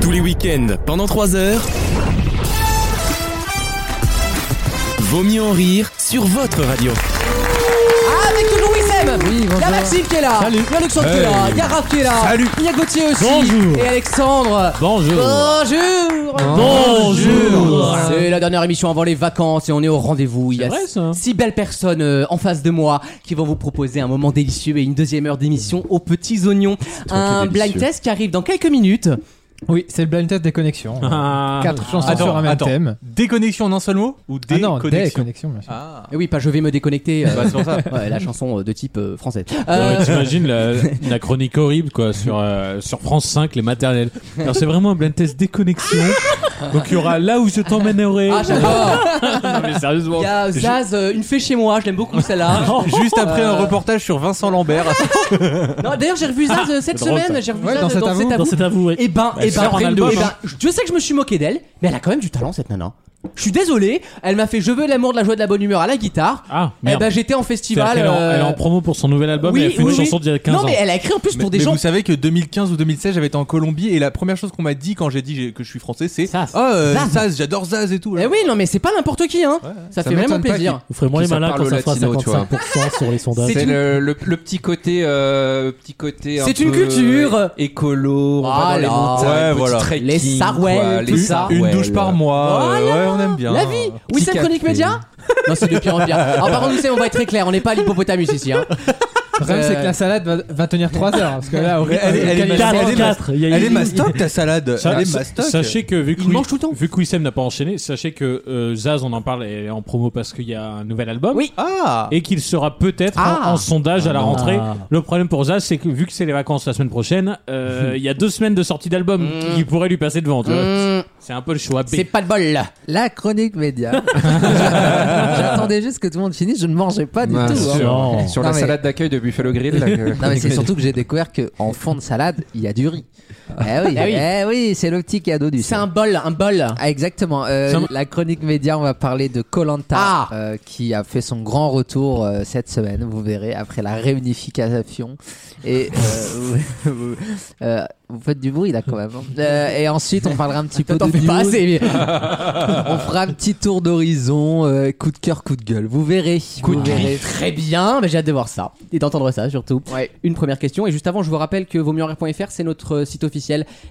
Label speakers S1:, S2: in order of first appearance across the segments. S1: Tous les week-ends, pendant 3 heures. Vaut mieux en rire sur votre radio.
S2: Avec toujours Wissem
S3: Oui, bonjour.
S2: Il y a Maxime qui est là
S3: Salut.
S2: Il y a Alexandre qui est là Il y a Raph qui est là
S4: Salut.
S2: Il y a Gauthier aussi
S4: Bonjour.
S2: Et Alexandre
S4: Bonjour.
S2: Bonjour
S4: Bonjour.
S2: C'est la dernière émission avant les vacances et on est au rendez-vous. Il y a
S4: vrai, ça.
S2: six belles personnes euh, en face de moi qui vont vous proposer un moment délicieux et une deuxième heure d'émission aux petits oignons. Un blind test qui arrive dans quelques minutes.
S3: Oui, c'est le blind test des connexions.
S5: Ah.
S3: Quatre chansons
S4: Ah, Attends,
S3: sur un même
S4: attends.
S3: thème.
S4: Déconnexion en un seul mot ou
S3: ah non, des
S4: déconnexion
S3: connexions, bien sûr.
S4: Ah.
S2: Eh Oui, pas je vais me déconnecter. euh,
S4: Bah, c'est pour ça.
S2: ouais, la chanson euh, de type euh, français. Euh,
S5: Ouais, T'imagines la, la chronique horrible quoi sur, euh, sur France 5, les maternelles. Alors c'est vraiment un blind test déconnexion. Donc il y aura là où je t'emmènerai.
S2: ah, j'adore.
S5: Non, mais sérieusement.
S2: Il y a Zaz, euh, une fée chez moi, je l'aime beaucoup celle-là.
S4: Juste après un reportage sur Vincent Lambert.
S2: Ah, Non, d'ailleurs, j'ai revu Zaz euh, cette
S5: Ah, drôle,
S2: semaine.
S5: ça.
S2: J'ai revu
S3: Ouais,
S2: Zaz
S3: dans
S2: dans,
S3: cet
S2: cet
S3: avou.
S2: avou.
S5: cet avou. ouais.
S2: Et ben,
S5: Bah,
S2: et
S5: c'est
S2: ben,
S5: un
S2: eh
S5: album,
S2: ben,
S5: hein.
S2: je- je sais que je me suis moqué d'elle, mais elle a quand même du talent cette nana. Je suis désolé, elle m'a fait Je veux l'amour, de la joie, de la bonne humeur à la guitare.
S5: Ah
S2: Eh
S5: merde.
S2: ben, j'étais en
S5: C'est-à-dire
S2: festival.
S5: qu'elle est en-
S2: euh,
S5: elle est en promo pour son nouvel album
S2: oui,
S5: et elle fait
S2: oui,
S5: une
S2: oui.
S5: chanson d'il y a 15
S2: non
S5: ans.
S2: mais elle a écrit en plus pour
S4: Mais-
S2: des
S4: mais
S2: gens.
S4: Vous savez que 2015 ou 2016, j'avais été en Colombie et la première chose qu'on m'a dit quand j'ai dit j'ai- que je suis français, c'est
S5: Zaz.
S4: Ah, euh,
S2: Zaz.
S4: Zaz, j'adore Zaz et tout.
S2: Eh oui, non mais c'est pas n'importe qui hein. Ça,
S3: Ça
S2: fait vraiment
S3: m'étonne pas
S2: plaisir.
S6: Vous ferez moins
S4: Que
S6: les
S4: ça
S6: malins
S4: parle
S6: quand ça sera
S4: latino, tu vois.
S6: 55% sur les
S4: Bah,
S6: sondages.
S2: C'est
S7: C'est le, le- le petit côté, euh, petit côté. un
S2: C'est une
S7: peu
S2: culture. Ah
S7: écolo. On va dans les
S2: Voilà.
S7: montagnes,
S4: Ouais,
S7: petit
S4: voilà.
S7: trekking,
S2: Les Sarwell,
S7: quoi,
S2: tout ça.
S4: Une douche par
S3: Oh
S4: mois. euh,
S2: Voilà.
S4: ouais, on aime bien.
S2: La vie Oui,
S7: Petit
S2: c'est Chronique
S7: café.
S2: Média Non, c'est de pire en pire. Alors, par contre, vous savez, on va être très clair, on n'est pas à l'hippopotamus ici. Hein.
S3: Le problème, c'est
S2: Euh,
S3: que la salade va, va tenir 3 heures. Parce que là, au
S4: Mais
S3: rythme
S4: elle est-
S3: auquel
S4: elle est
S3: il
S4: malade.
S3: avance,
S4: Elle est
S6: 4 4 il y a
S4: Elle est
S6: une-
S4: mastoc ta salade.
S5: Sa-
S4: Elle est
S5: sa-
S4: mastock.
S5: Sachez que vu que,
S2: Il mange tout le temps.
S5: vu que Wissem n'a pas enchaîné, sachez que euh, Zaz, on en parle, elle est en promo parce qu'il y a un nouvel album.
S2: Oui.
S4: Ah
S5: Et qu'il sera peut-être en-
S2: Ah.
S5: en, sondage à la rentrée.
S6: Ah.
S5: Le problème pour Zaz, c'est que vu que c'est les vacances la semaine prochaine, euh, il y a deux semaines de sortie d'album qui- qui pourraient lui passer devant. tu vois.
S2: Mmh,
S5: C'est un peu le choix B.
S2: Mm. c'est pas de bol.
S8: La chronique média. J'attendais juste que tout le monde finisse, je ne mangeais pas du
S7: Bien
S8: tout.
S7: sûr.
S8: hein.
S6: Non.
S7: Sur la
S8: Non, mais-
S7: salade d'accueil de Buffalo Grill. là, que-
S8: Non mais c'est surtout que j'ai découvert que en fond de salade il y a du riz. Eh oui,
S2: Ah oui.
S8: eh oui, c'est le petit cadeau du.
S2: C'est
S8: soir.
S2: un bol, un bol.
S8: Ah, exactement. Euh,
S5: C'est un-
S8: La chronique média, on va parler de Colanta euh,
S2: Ah.
S8: qui a fait son grand retour euh, cette semaine. Vous verrez après la réunification et euh, vous, vous- euh, vous faites du bruit là quand même. hein. Euh, et ensuite on parlera un petit peu
S2: T'en
S8: de
S2: fais pas
S8: news.
S2: assez. mais-
S8: On fera un petit tour d'horizon, euh, coup de cœur, coup de gueule. Vous verrez.
S2: Coup de
S8: vous
S2: gueule.
S8: verrez.
S2: Très bien, mais j'ai hâte de voir ça et d'entendre ça surtout. Une première question et juste avant, je vous rappelle que vaumieuxenrire.fr c'est notre euh, site officiel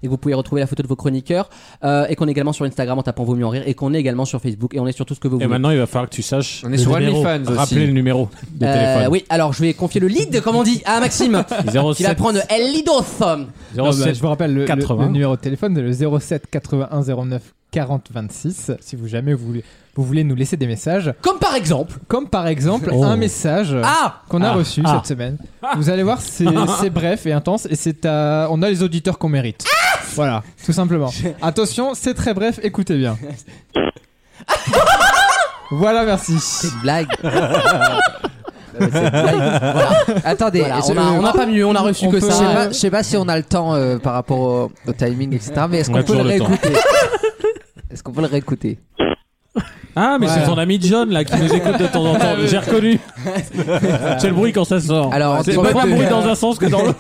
S2: et que vous pouvez retrouver la photo de vos chroniqueurs euh, et qu'on est également sur Instagram en tapant Vaut mieux en rire et qu'on est également sur Facebook et on est sur tout ce que vous
S5: Et
S2: voulez.
S5: maintenant, il va falloir que tu saches.
S7: On est
S5: le
S7: sur
S5: numéro.
S7: OnlyFans aussi.
S5: Rappelez le numéro de
S2: Euh,
S5: téléphone.
S2: oui, alors je vais confier le lead comme on dit à Maxime. qui va
S5: 07
S2: prendre El Lidos.
S3: Non, bah,
S5: 07
S3: je vous rappelle le, le-
S5: 80.
S3: le numéro de téléphone, c'est le 07 81 09 40 26. Si vous jamais vous voulez, vous voulez nous laisser des messages,
S2: Comme par exemple.
S3: comme par exemple
S6: Oh.
S3: un message
S2: Ah
S3: qu'on a
S5: Ah.
S3: reçu
S5: Ah.
S3: cette semaine. Vous allez voir, c'est c'est bref et intense et c'est à- on a les auditeurs qu'on mérite.
S2: Ah
S3: voilà, tout simplement. Attention, c'est très bref, écoutez bien. voilà, merci.
S8: C'est une blague. Non, mais c'est une blague. Attendez,
S2: Voilà,
S8: je-
S2: on a- on n'a pas mieux, on a reçu
S3: On
S2: que
S3: peut-
S8: je sais
S2: ça.
S8: pas- je sais pas si on a le temps euh, par rapport au, au timing, etc. Mais est-ce
S5: On
S8: qu'on
S5: a
S8: peut le
S5: toujours le temps.
S8: réécouter Est-ce qu'on peut le réécouter
S5: Ah, mais
S3: Voilà.
S5: c'est ton ami John là qui nous écoute de temps en temps. J'ai reconnu. c'est le bruit quand ça sort.
S8: Alors,
S5: c'est
S8: en
S5: pas
S8: tout
S5: le
S8: cas-
S2: euh,
S5: bruit dans un sens que dans l'autre.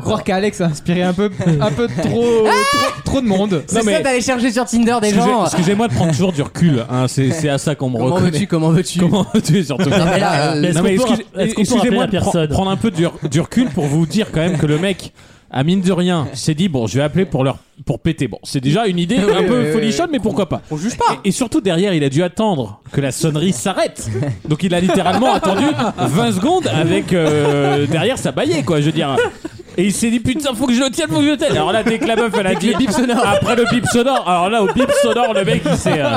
S2: Oh.
S3: croire qu'Alex a inspiré un peu, un peu trop, trop, trop de monde.
S2: C'est
S5: Non, mais-
S2: ça d'aller chercher sur Tinder des
S5: Excusez-
S2: gens.
S5: Excusez-moi de prendre toujours du recul. hein, C'est c'est à ça qu'on me
S2: Comment
S5: reconnaît.
S2: veux-tu Comment veux-tu
S5: Comment veux-tu surtout
S2: Ah,
S8: Non, mais là, euh,
S6: Mais est-ce
S5: Non,
S6: qu'on
S5: mais
S6: peut
S5: excuse-
S6: rapp- est-ce qu'on peut rappeler
S5: excusez-moi
S6: la
S5: de pre-
S6: personne
S5: prendre un peu du, du recul pour vous dire quand même que le mec, à mine de rien, s'est dit bon, je vais appeler pour leur pour péter. Bon, c'est déjà une idée un peu folichonne, mais pourquoi pas
S2: On juge pas.
S5: Et surtout derrière, il a dû attendre que la sonnerie s'arrête. Donc il a littéralement attendu 20 secondes avec euh, derrière ça baillait quoi, je veux dire. Et il s'est dit putain faut que je le tienne, faut que je le tienne. Alors là dès que la meuf elle a dit après le bip sonore, alors là au bip sonore le mec il s'est euh,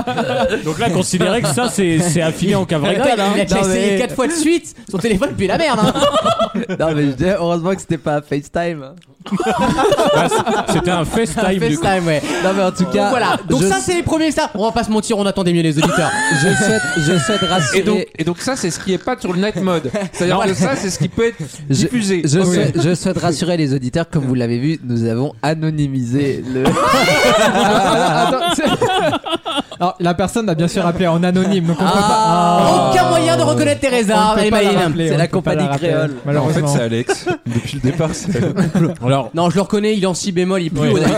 S5: donc là considérer que ça c'est c'est affilié en cave
S2: Ouais,
S5: rectale. hein.
S2: il a déjà
S8: Non,
S2: essayé
S8: mais-
S2: 4 fois de suite. Son téléphone pue la merde. hein.
S8: Non, mais je dis, heureusement que c'était pas FaceTime.
S5: Ouais, Ah, c'est- C'était un FaceTime du coup.
S2: FaceTime, ouais.
S8: Non, mais en tout cas,
S2: Donc voilà, donc
S8: je,
S2: ça c'est les premiers stars. On va pas se mentir, on attendait mieux les auditeurs.
S8: je souhaite, je souhaite rassurer.
S7: Et donc, et donc ça, c'est ce qui est pas sur le net mode. C'est-à-dire que ça, c'est ce qui peut être
S8: Je-
S7: diffusé.
S8: Je, souhaite, je souhaite rassurer les auditeurs, comme vous l'avez vu, nous avons anonymisé le.
S3: Ah, attends, c'est- Alors, la personne a bien sûr appelé en anonyme, donc on peut pas.
S2: Ah,
S3: Ah.
S2: aucun moyen de reconnaître Teresa,
S3: on peut
S2: elle est
S3: pas la
S2: maligne.
S3: rappeler, on
S2: C'est la
S3: peut pas
S2: compagnie
S3: rappeler,
S2: créole.
S4: en fait,
S3: Malheureusement.
S4: c'est Alex. Depuis le départ, c'est
S5: Alors,
S2: Non, je le reconnais, il est en si bémol, il pue.
S5: Ouais.
S2: au début.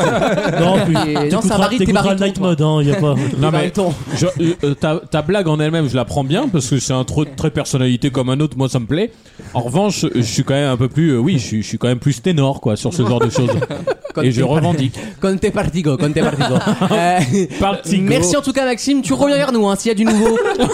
S5: non, plus.
S2: Et- Non, ça
S6: T'écouteras-
S2: varie, t'es
S6: t'écouteras le
S2: bariton,
S6: night
S2: toi.
S6: mode, hein, y a pas.
S5: Non, mais-
S2: Bariton.
S5: Je- euh, euh, ta, ta blague en elle-même, je la prends bien parce que c'est un trop très personnalité comme un autre. Moi, ça me plaît. En revanche, je suis quand même un peu plus. euh, oui, je, suis- je suis quand même plus ténor quoi sur ce genre de choses.
S2: Quand
S5: Et je
S2: t'es par-
S5: revendique.
S2: Quand t'es partigo, quand t'es partigo. Euh,
S5: Partigo.
S2: Merci en tout cas, Maxime. Tu reviens vers nous hein, s'il y a du nouveau. Ah,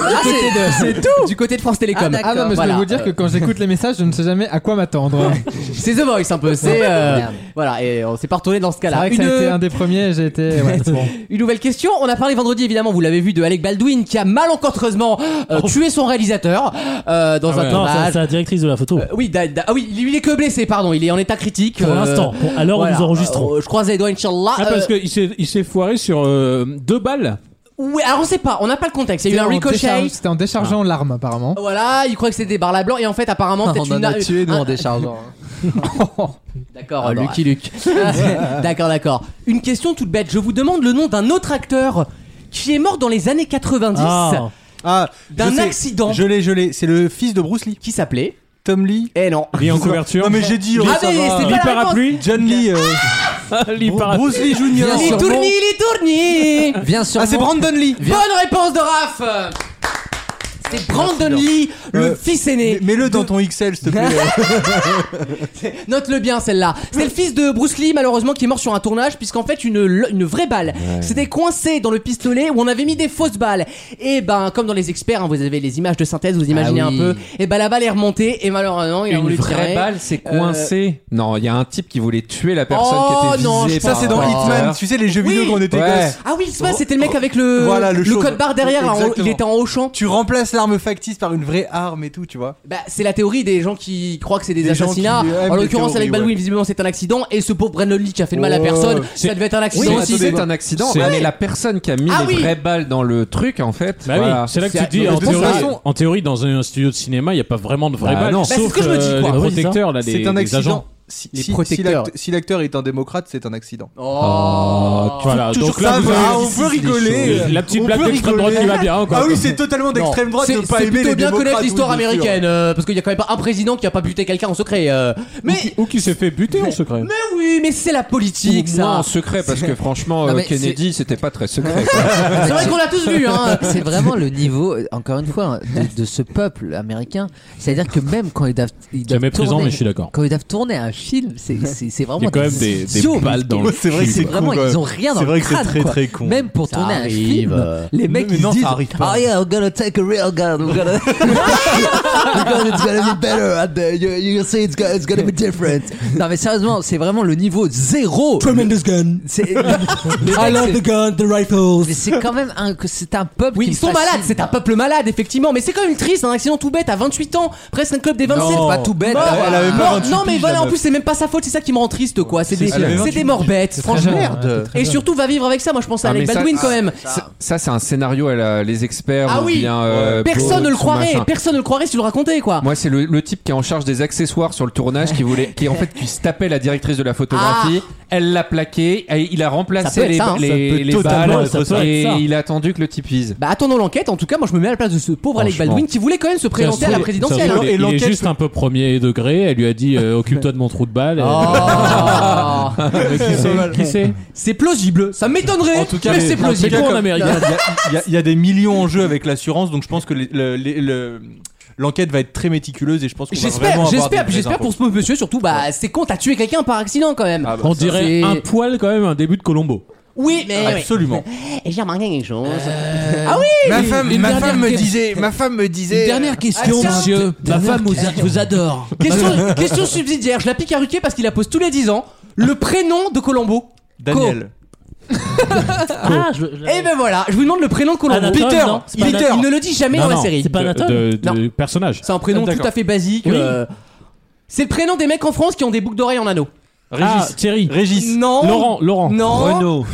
S2: c'est tout. Du côté de France Télécom.
S3: Ah non, mais je
S2: Voilà.
S3: peux vous dire que quand j'écoute les messages, je ne sais jamais à quoi m'attendre.
S2: C'est The Voice un peu. C'est euh,
S8: Merde.
S2: voilà et on s'est pas retourné dans ce
S3: C'est
S2: cas-là.
S3: vrai que
S2: Une,
S3: ça a été un des premiers, j'ai été. ouais, c'est bon.
S2: une nouvelle question. On a parlé vendredi évidemment. Vous l'avez vu de Alec Baldwin qui a malencontreusement euh, tourné son réalisateur euh, dans
S5: Ah
S2: un
S5: ouais.
S6: Non,
S2: tournage.
S6: c'est c'est la directrice de la photo.
S2: Euh, oui, da- da- ah oui, lui, il est que blessé, pardon, il est en état critique.
S6: Pour
S2: euh,
S6: l'instant, pour- à l'heure où
S2: voilà.
S6: nous enregistrons.
S2: Euh, je croise les doigts, Inch'Allah.
S5: Ah, parce
S2: Euh,
S5: qu'il s'est il s'est foiré sur euh, deux balles.
S2: Oui, alors on sait pas, on n'a pas le contexte. Il y a eu
S3: C'était
S2: un
S3: en
S2: ricochet. Oh,
S3: décharge- C'était en déchargeant l'arme, apparemment.
S2: Voilà, il croyait que c'était Barla Blanc et en fait apparemment
S8: On
S2: peut-être
S8: en
S2: une
S8: a tué, nous,
S2: un-
S8: en déchargeant.
S2: D'accord,
S8: Ah,
S2: euh,
S8: bon,
S2: Lucky Luke. d'accord, d'accord. Une question toute bête, je vous demande le nom d'un autre acteur qui est mort dans les années 90
S6: Ah,
S4: Ah,
S2: d'un accident
S4: Je l'ai, je l'ai. C'est le fils de Bruce Lee.
S2: qui s'appelait
S4: Tom Lee.
S2: Eh non.
S5: Lit en couverture.
S4: Non, mais j'ai dit. oh,
S2: Ah,
S4: ça
S2: mais
S4: va.
S2: c'est pas
S5: Lit
S2: la
S5: parapluie.
S4: John Lee. euh,
S5: Lit
S4: Bru-
S5: parapluie.
S4: Bruce Lee Jr.
S8: Bien
S2: Les
S8: sûr.
S2: tournis, les tournis
S8: Viens sur
S4: Ah, c'est Brandon Lee.
S2: Bonne réponse de Raph C'est Brandon Lee, le
S4: Euh,
S2: fils aîné.
S4: Mets-le dans ton XL, s'il te plaît.
S2: Note-le bien celle-là. C'est le fils de Bruce Lee malheureusement qui est mort sur un tournage puisqu'en fait une, lo- une vraie balle s'était coincée dans le pistolet où on avait mis des fausses balles. Et ben comme dans les experts, hein, vous avez les images de synthèse, vous imaginez
S8: Ah
S2: un
S8: oui.
S2: peu. Et ben la balle est remontée et malheureusement il a
S7: Une
S2: voulu
S7: vraie
S2: tirer.
S7: balle, c'est
S2: Euh,
S7: coincé. Non, il y a un type qui voulait tuer la personne
S2: Oh,
S7: qui était
S2: non,
S7: visée.
S2: je
S4: Ça,
S7: par
S4: c'est
S7: un
S4: dans
S7: prédateur.
S4: Hitman. Tu sais, les jeux vidéo
S2: Ah. Oui.
S4: quand on était
S7: Ouais.
S4: gosse.
S2: Ah oui, c'est pas, c'était le mec avec le,
S4: Voilà, le chauve.
S2: code barre derrière, là, en haut,
S4: Exactement.
S2: il était en haut champ.
S4: Tu remplaces l'arme factice par une vraie arme et tout, tu vois.
S2: Bah, c'est la théorie des gens qui croient que c'est des,
S4: Des gens
S2: assassinats.
S4: qui aiment
S2: en
S4: les
S2: l'occurrence,
S4: théories,
S2: avec Baldwin,
S4: ouais.
S2: visiblement, c'est un accident. Et ce pauvre Brandon Lee qui a fait de mal à
S4: Oh.
S2: personne, ça
S5: C'est-
S2: devait être un accident
S7: Oui, mais
S2: aussi.
S7: si c'est un accident,
S5: C'est-
S7: mais la personne qui a mis
S2: Ah
S7: les
S2: oui.
S7: vraies balles dans le truc, en fait.
S5: Bah
S7: voilà.
S5: oui, c'est là que
S2: C'est-
S5: tu te dis
S4: mais
S5: en
S4: de toute
S5: théorie,
S4: façon-
S5: en théorie, dans un studio de cinéma, il n'y a pas vraiment de vraies
S7: Bah
S5: balles.
S7: non. Bah,
S2: c'est
S5: sauf
S2: ce que je me dis,
S5: euh,
S2: quoi.
S5: les
S6: Oui, c'est ça.
S5: protecteurs, là, des,
S4: C'est un
S5: des agents.
S4: accident. Si,
S2: Les
S4: si- si
S2: protecteurs.
S4: l'acte- si l'acteur est un démocrate, c'est un accident.
S2: Oh,
S4: Ah,
S5: Voilà,
S4: Toujours
S5: donc là,
S4: ça,
S5: vous
S4: voilà,
S5: avez-
S4: on peut rigoler.
S5: La petite
S4: On
S5: blague
S4: peut
S5: d'extrême droite qui
S4: rigoler.
S5: va bien, quoi.
S4: Ah oui, c'est totalement
S2: Non,
S4: d'extrême droite de
S2: c'est-
S4: pas
S2: c'est
S4: aimer
S2: plutôt
S4: les
S2: bien
S4: démocrates,
S2: connaître
S4: oui,
S2: l'histoire
S4: bien sûr.
S2: américaine, euh, parce qu'il y a quand même pas un président qui a pas buté quelqu'un en secret. euh. Mais,
S5: Ou qui s'est fait buter en secret.
S2: mais oui, mais c'est la politique,
S7: Ou moins
S2: ça.
S7: en secret, parce que franchement,
S8: Ah, Non,
S7: euh,
S8: mais
S7: Kennedy, c'était pas très secret. quoi.
S2: C'est vrai qu'on l'a tous vu, hein.
S8: C'est vraiment le niveau, euh, encore une fois, hein, de, de ce peuple américain. C'est-à-dire que même quand ils doivent, ils doivent
S5: Jamais présent,
S8: tourner-
S5: mais je suis d'accord.
S8: Quand ils doivent tourner un film, c'est- c'est c'est vraiment
S5: Il y a quand même des, des
S8: idiots,
S5: balles dans le
S4: Ouais, c'est vrai que
S5: cul.
S4: c'est con,
S8: Vraiment,
S4: quand même.
S8: ils ont rien dans
S4: C'est vrai
S8: le
S4: que c'est
S8: crâne,
S4: très,
S8: quoi.
S4: très con.
S8: Même pour
S2: Ça
S8: tourner
S2: arrive,
S8: un
S2: euh.
S8: film, les mecs
S4: mais
S8: ils
S4: non,
S8: se
S4: ça
S8: disent
S4: arrive pas.
S8: Oh yeah, we're gonna take a real gun, we're gonna, we're gonna- it's gonna be better, and uh, you, you'll see it's gonna, it's gonna be different. Non mais sérieusement, c'est vraiment le niveau zéro.
S2: Tremendous gun.
S8: C'est-
S2: I love the gun, the rifles.
S8: Mais c'est quand même un, que c'est un peuple.
S2: Oui,
S8: qui
S2: ils
S8: me
S2: sont
S8: fascine.
S2: malades, c'est un peuple malade, effectivement. Mais c'est quand même triste, un accident tout bête à 28 ans, presque un club des 27.
S8: C'est pas tout bête.
S2: Mort.
S4: elle avait pas
S2: Mort.
S4: 28
S2: non mais
S4: piges,
S2: voilà
S4: la
S2: en
S4: meuf.
S2: plus c'est même pas sa faute c'est ça qui me rend triste quoi c'est des,
S4: Elle avait
S2: c'est
S4: 28
S2: des morts bêtes franchement
S3: Merde.
S2: et surtout va vivre avec ça moi je pense à
S7: Ah,
S2: Alec
S7: mais ça-
S2: Baldwin
S7: ah,
S2: quand même
S7: Ça, ça, c'est un scénario à la- les experts.
S2: Ah
S7: ou
S2: oui.
S7: bien, euh,
S2: personne ne le
S7: Brooks ou
S2: croirait
S7: machin.
S2: personne ne le croirait si tu le racontais quoi
S7: Moi, c'est le, le type qui est en charge des accessoires sur le tournage, qui voulait, qui en fait, qui se tapait la directrice de la photographie. Elle l'a plaqué, et il a
S2: Ça peut
S7: remplacé
S2: être
S7: les,
S2: ça, hein.
S7: les,
S6: Ça peut
S7: les
S6: totalement
S7: balles,
S6: être ça, ça peut
S7: et
S6: être ça.
S7: il a attendu que le type vise.
S2: bah attendons l'enquête en tout cas moi je me mets à la place de ce pauvre Alec
S7: Franchement.
S2: Baldwin qui voulait quand même se présenter à la présidentielle
S5: Ça se
S2: hein.
S5: trouve,
S4: Et
S5: Il est
S4: l'enquête-
S5: juste un peu premier degré. Elle lui a dit euh, Occupe-toi de mon trou de balle.
S2: Ah, Oh.
S5: Euh, qui sait, qui sait
S2: c'est plausible ça m'étonnerait
S4: En tout cas,
S2: mais
S4: les-
S2: c'est
S4: en tout
S5: C'est
S2: plausible
S5: con en américain.
S4: Il y, a- il y a des millions en jeu avec l'assurance, donc je pense que les- le- les- le- l'enquête va être très méticuleuse et je pense qu'on va
S2: j'espère
S4: vraiment avoir des
S2: j'espère
S4: vraies
S2: j'espère
S4: infos.
S2: pour ce pauvre monsieur surtout bah c'est con t'as tué quelqu'un par accident quand même
S4: Ah bah,
S5: On
S4: ça,
S5: dirait
S2: c'est-
S5: un poil quand même un début de Colombo.
S2: oui ah, mais
S4: Absolument.
S2: et j'ai remarqué quelque chose ah oui
S4: Ma
S2: femme- une ma dernière femme me question.
S4: disait, ma femme me disait.
S2: question monsieur
S6: Ma femme vous, vous adore.
S2: Ah, Question, question subsidiaire, je la pique à Ruquier parce qu'il la pose tous les 10 ans. Le prénom de Colombo.
S4: Daniel.
S6: Ah, je, je-
S2: Et ben voilà, je vous demande le prénom de Colombo.
S6: Anatole,
S2: Peter.
S6: non, c'est
S2: Il,
S6: pas
S2: est-
S6: Anatole.
S2: il ne le dit jamais
S5: Non,
S2: dans la
S5: non,
S2: série.
S6: c'est pas Anatole
S5: De, euh, de personnage.
S2: C'est un prénom tout
S4: D'accord.
S2: à fait basique.
S5: Oui.
S2: euh, C'est le prénom des mecs en France qui ont des boucles d'oreilles en anneau.
S5: Ah, Thierry.
S4: Régis.
S2: Non.
S5: Laurent. Laurent.
S2: Non.
S4: Renaud.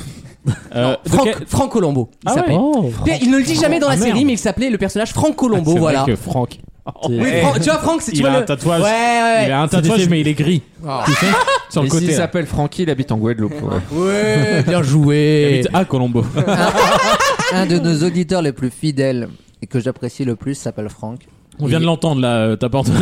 S5: Euh, de
S2: Franck,
S5: quel-
S2: Franck Colombo. Il
S5: Ah ouais.
S2: s'appelait.
S6: Oh.
S2: Pierre, Il ne le dit jamais dans la
S5: Ah,
S2: série,
S5: merde. Ah,
S2: mais il s'appelait le personnage Franck Colombo.
S5: C'est vrai
S2: voilà.
S5: que Franck.
S2: Oui,
S5: Eh,
S2: Franck- tu vois, Franck, c'est. tu
S5: Il
S2: vois
S5: a un
S2: le-
S5: tatouage.
S2: Ouais, ouais,
S5: Il
S2: ouais.
S5: a un
S6: C'est des
S5: tatouage,
S6: films.
S5: mais il est gris. Tu sais Sur le
S7: Et s'il
S5: côté. là.
S7: s'appelle Francky, il habite en Guadeloupe. ouais.
S2: Ouais, bien
S5: Il
S2: joué.
S5: habite à Colombo.
S8: un de nos auditeurs les plus fidèles et que j'apprécie le plus s'appelle Franck.
S5: On vient de l'entendre là, euh, t'as pas entendu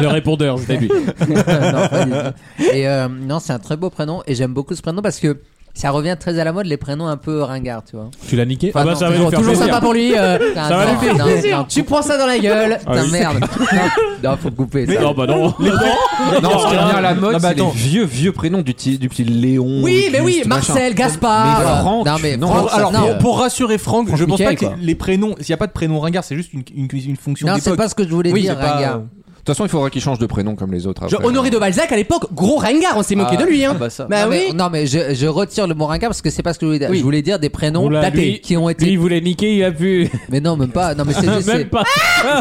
S5: le répondeur, c'était lui.
S8: non, pas du tout. Et euh, non, c'est un très beau prénom et j'aime beaucoup ce prénom parce que ça revient très à la mode les prénoms un peu ringards, tu vois.
S5: Tu l'as niqué
S8: Enfin,
S5: Ah bah
S8: non,
S5: ça va lui
S8: toujours-
S5: faire
S2: Toujours
S5: plaisir.
S2: sympa pour lui. euh,
S8: Putain,
S5: Ça va
S8: non,
S5: lui
S8: non, non,
S2: tu prends ça dans la gueule.
S8: putain,
S5: oui.
S8: merde. non, faut couper ça.
S5: Non, bah non.
S7: Non, ce qui revient à la mode,
S4: Non, bah
S7: c'est les
S4: attends.
S7: vieux, vieux prénoms du petit, du petit Léon.
S2: Oui, mais oui,
S7: Auguste, machin.
S2: Marcel,
S7: Mais
S2: Gaspard.
S7: voilà. Franck,
S8: non, mais
S7: non.
S8: Franck,
S4: Pour- alors,
S8: non.
S4: pour, pour rassurer Franck, je pense
S2: Michael,
S4: pas que
S2: quoi.
S4: les, les prénoms, s'il n'y a pas de prénom ringard, c'est juste une, une, une fonction
S8: Non, c'est
S4: d'époque.
S8: pas ce que je voulais
S4: Oui,
S8: dire,
S4: c'est pas-
S8: ringard.
S7: De toute façon, il faudra qu'ils changent de prénom comme les autres.
S2: Genre,
S7: après.
S2: Honoré de Balzac à l'époque, gros ringard, on s'est moqué de lui. Hein.
S4: bah ça.
S2: Bah
S8: non,
S2: oui.
S8: mais, non, mais je, je retire le mot ringard parce que c'est pas ce que je voulais dire.
S2: Oui.
S8: Je voulais dire des prénoms
S5: Oula,
S8: datés
S5: lui-
S8: qui ont été.
S5: Lui, il voulait niquer, il a pu.
S8: Mais non, même pas. Non, mais c'est juste. c'est-
S5: Même pas.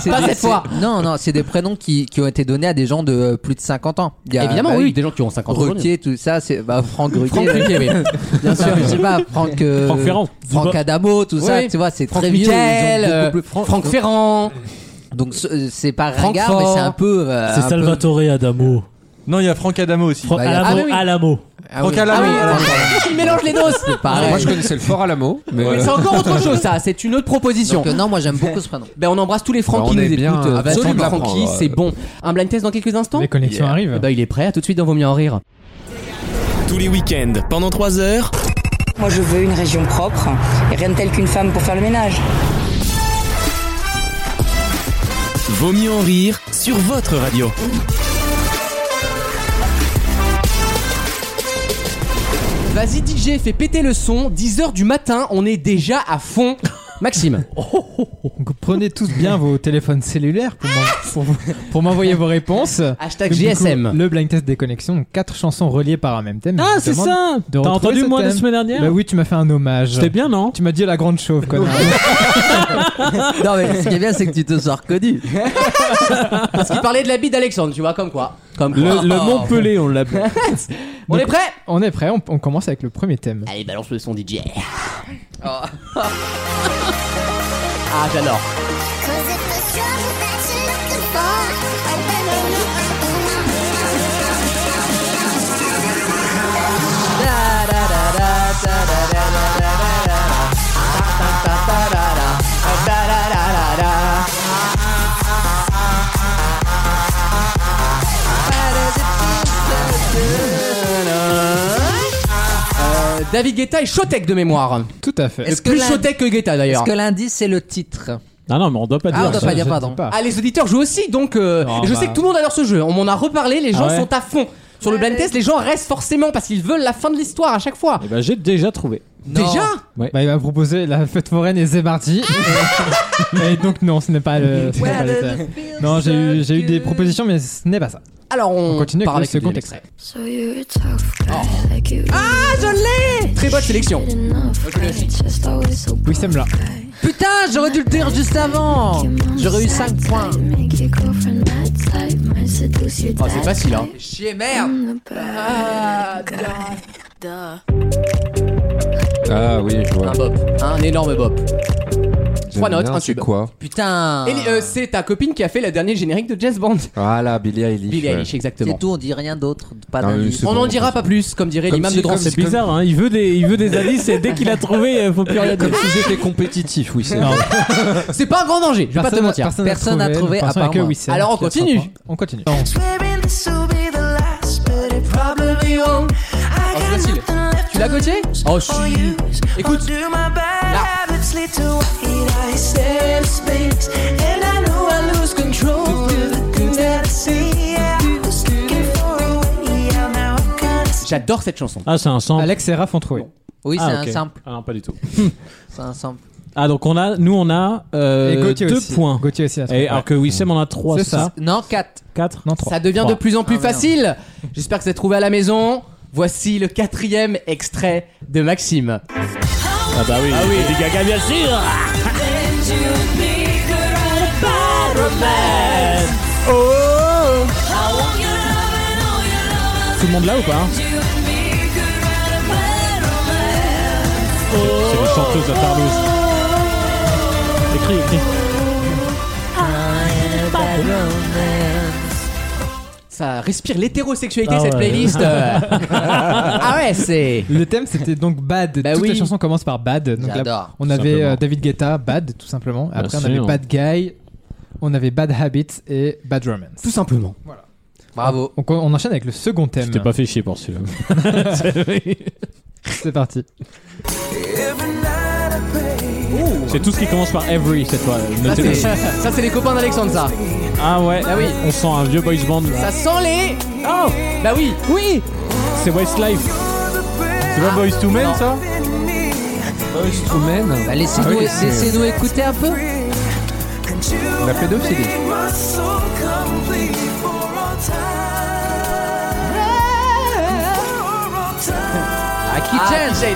S8: c'est-
S2: Pas
S8: c'est-
S2: cette fois.
S8: Non, non, c'est des prénoms qui, qui ont été donnés à des gens de euh, plus de 50 ans. Il y a-
S2: Évidemment,
S8: bah
S2: oui, des gens qui ont 50 ans.
S8: Ruquier, tout ça, c'est bah, Franck Ruquier.
S2: Franck Ruquier, oui.
S8: Bien sûr, je sais pas, Franck. euh,
S5: Franck Ferrand.
S8: Franck Adamo, tout ça,
S2: Oui.
S8: tu vois, c'est
S2: Franck
S8: très vieux. ils ont
S2: Michael,
S8: beaucoup
S2: euh,
S8: plus-
S2: Franck Ferrand.
S8: Donc ce- euh, c'est pas
S2: Franck
S8: ringard, mais
S2: Fort.
S8: c'est un peu. euh,
S6: C'est
S8: un peu-
S6: Salvatore Adamo.
S4: Non, il y a Franck Adamo aussi.
S6: Fra-
S8: Bah, y a-
S6: Alamo,
S2: Ah oui.
S6: Alamo.
S8: Ah oui.
S4: Franck Adamo. alors.
S2: Il mélange les doses. C'est
S8: pareil.
S7: Moi, je connaissais le fort Alamo, mais euh,
S2: C'est encore autre chose, ça. C'est une autre proposition.
S8: Donc, euh, non, moi j'aime beaucoup ce prénom.
S2: Ben, on embrasse tous les Francs
S7: Bah, on
S2: qui nous
S7: est bien
S2: écoutent. euh,
S7: à vingt ans de
S2: Absolument,
S7: l'apprendre.
S2: Francky, c'est bon. Un blind test dans quelques instants
S3: Les connexions arrivent.
S2: Eh ben, il est prêt, à tout de suite dans Vaut mieux en rire.
S8: Hein
S1: Tous les week-ends, pendant 3 heures,
S9: Moi, je veux une région propre et rien de tel qu'une femme pour faire le ménage.
S1: Vaut mieux en rire sur votre radio.
S2: Vas-y DJ, fais péter le son. 10h du matin, on est déjà à fond. Maxime,
S3: Donc prenez tous bien vos téléphones cellulaires pour m'en- pour vous- pour m'envoyer vos réponses.
S2: hashtag
S3: Donc, du coup,
S2: GSM.
S3: le blind test des connexions, donc quatre chansons reliées par un même thème.
S5: Ah,
S3: Je
S5: c'est
S3: demande-
S5: ça
S3: de
S5: T'as
S3: retrouver
S5: entendu
S3: ce
S5: moi la
S3: thème.
S5: semaine
S3: Bah
S5: dernière
S3: oui, tu m'as fait un hommage.
S5: C'était bien, non
S3: Tu m'as dit la grande chauve, connard.
S8: Non, mais ce qui est bien, c'est que tu te sors connu.
S2: Parce qu'il parlait de la bite d'Alexandre, tu vois, comme quoi. Comme quoi.
S5: le, le Montpellier, on l'a
S2: On est prêt
S3: on est prêt, on, on commence avec le premier thème.
S2: Allez, balance le son DJ. Ah, j'adore. Euh, David Guetta et Chotek de mémoire.
S3: Tout à fait.
S8: Est-ce que
S2: Plus
S8: l'un-
S2: Chotek que Guetta
S8: Est-ce
S2: d'ailleurs.
S8: que l'indice c'est le titre
S5: Ah non, mais on doit pas
S8: Ah, on
S5: dire.
S8: doit
S5: ça.
S8: pas dire
S3: Je
S8: pardon.
S3: dis pas.
S2: Ah, les auditeurs jouent aussi, donc euh,
S3: Non,
S2: et je
S3: bah.
S2: sais que tout le monde adore ce jeu. On m'en a reparlé, les gens
S5: Ah ouais
S2: sont à fond. Sur le blind test, les gens restent forcément parce qu'ils veulent la fin de l'histoire à chaque fois.
S5: Eh ben, j'ai déjà trouvé.
S2: Déjà
S3: Bah, il m'a proposé la fête foraine et Zé Marty. et donc non, ce n'est pas le. ce n'est pas le thème. Non, j'ai eu, j'ai eu des propositions, mais ce n'est pas ça.
S2: Alors on,
S3: On continue
S2: part
S3: avec
S2: avec
S3: le second
S2: deuxième
S3: extrait.
S7: Oh.
S9: Ah, je l'ai
S2: Très bonne sélection.
S3: Oui, Semla.
S8: Putain, j'aurais dû le dire juste avant J'aurais eu 5 points.
S7: Oh,
S2: Ah, c'est facile hein.
S8: Chier, merde
S7: ah oui, je vois.
S2: Un bop, un énorme bop.
S7: J'aime
S2: notes,
S7: bien,
S2: un
S7: c'est
S2: tube.
S7: quoi
S8: Putain
S2: Et euh, c'est ta copine qui a fait le dernier générique de Jazz Band.
S7: Voilà, Billie Eilish.
S2: Billie
S7: ouais.
S2: Eilish, exactement.
S8: C'est tout, on dit rien d'autre, pas
S7: Non, mais
S8: d'indice.
S7: c'est
S2: On
S7: bon,
S2: n'en dira
S7: comme
S2: pas plus, comme dirait
S7: Comme
S2: l'imam
S7: si-
S2: de Grand
S7: comme si-
S5: C'est bizarre, hein. Il veut des, il veut des indices et dès qu'il a trouvé, il faut plus rien dire.
S7: Comme si j'étais compétitif, oui, c'est
S2: C'est pas un grand danger, je vais pas te mentir.
S8: Personne n'a trouvé, à part moi.
S2: Alors, on
S3: qui a trois
S2: continue.
S3: points. On continue.
S2: Oh, c'est facile. Tu l'as Gauthier Oh, si. Écoute. J'adore cette chanson.
S5: Ah, c'est un sang.
S3: Alex et Raph ont trouvé.
S8: Oui, c'est
S5: Ah, ok.
S8: un simple.
S5: Ah non, pas du tout.
S8: C'est un simple.
S5: Ah, donc on a, nous, on a euh,
S3: et Gauthier
S5: deux
S3: aussi.
S5: points.
S3: Gauthier aussi a trouvé.
S5: Et alors que Wissem en a trois,
S3: C'est
S5: c'est ça
S3: ça.
S8: Non, 4.
S5: Quatre
S3: Non, trois.
S2: Ça devient
S5: Trois.
S2: de plus en plus
S8: Ah, merde.
S2: facile. J'espère que vous avez trouvé à la maison. Voici le quatrième extrait de Maxime.
S5: Ah bah oui, ah oui. Lady Gaga, bien sûr Tout le monde là ou pas hein? C'est les chanteuses à Toulouse. Écris, écris.
S2: ça respire l'hétérosexualité
S6: Ah
S2: cette
S6: ouais.
S2: playlist. euh. ah ouais, c'est.
S3: Le thème c'était donc Bad.
S2: Bah
S3: Toutes
S2: oui.
S3: les chansons commencent par Bad. Donc là,
S8: J'adore.
S3: on avait
S5: simplement.
S3: euh, David Guetta, Bad tout simplement. Après on avait
S5: sûr.
S3: Bad Guy, on avait Bad Habits et Bad Romance.
S2: Tout simplement.
S8: Bravo.
S3: Donc on, on enchaîne avec le second thème.
S5: T'es pas fait chier pour celui-là.
S3: C'est parti.
S5: C'est tout ce qui commence par every cette fois.
S2: Ça,
S5: Notez-le.
S2: Ah, c'est- ça, c'est les copains d'Alexandre, ça.
S5: Ah ouais.
S2: Ah oui.
S5: On sent un vieux boys band. là.
S2: Ça sent les. Oh Bah oui Oui
S5: C'est Westlife.
S4: C'est pas Boys to Men ça
S8: Bah, laissez-nous, laissez-nous écouter un peu.
S7: La pédophilie.
S2: Ah, Kitchen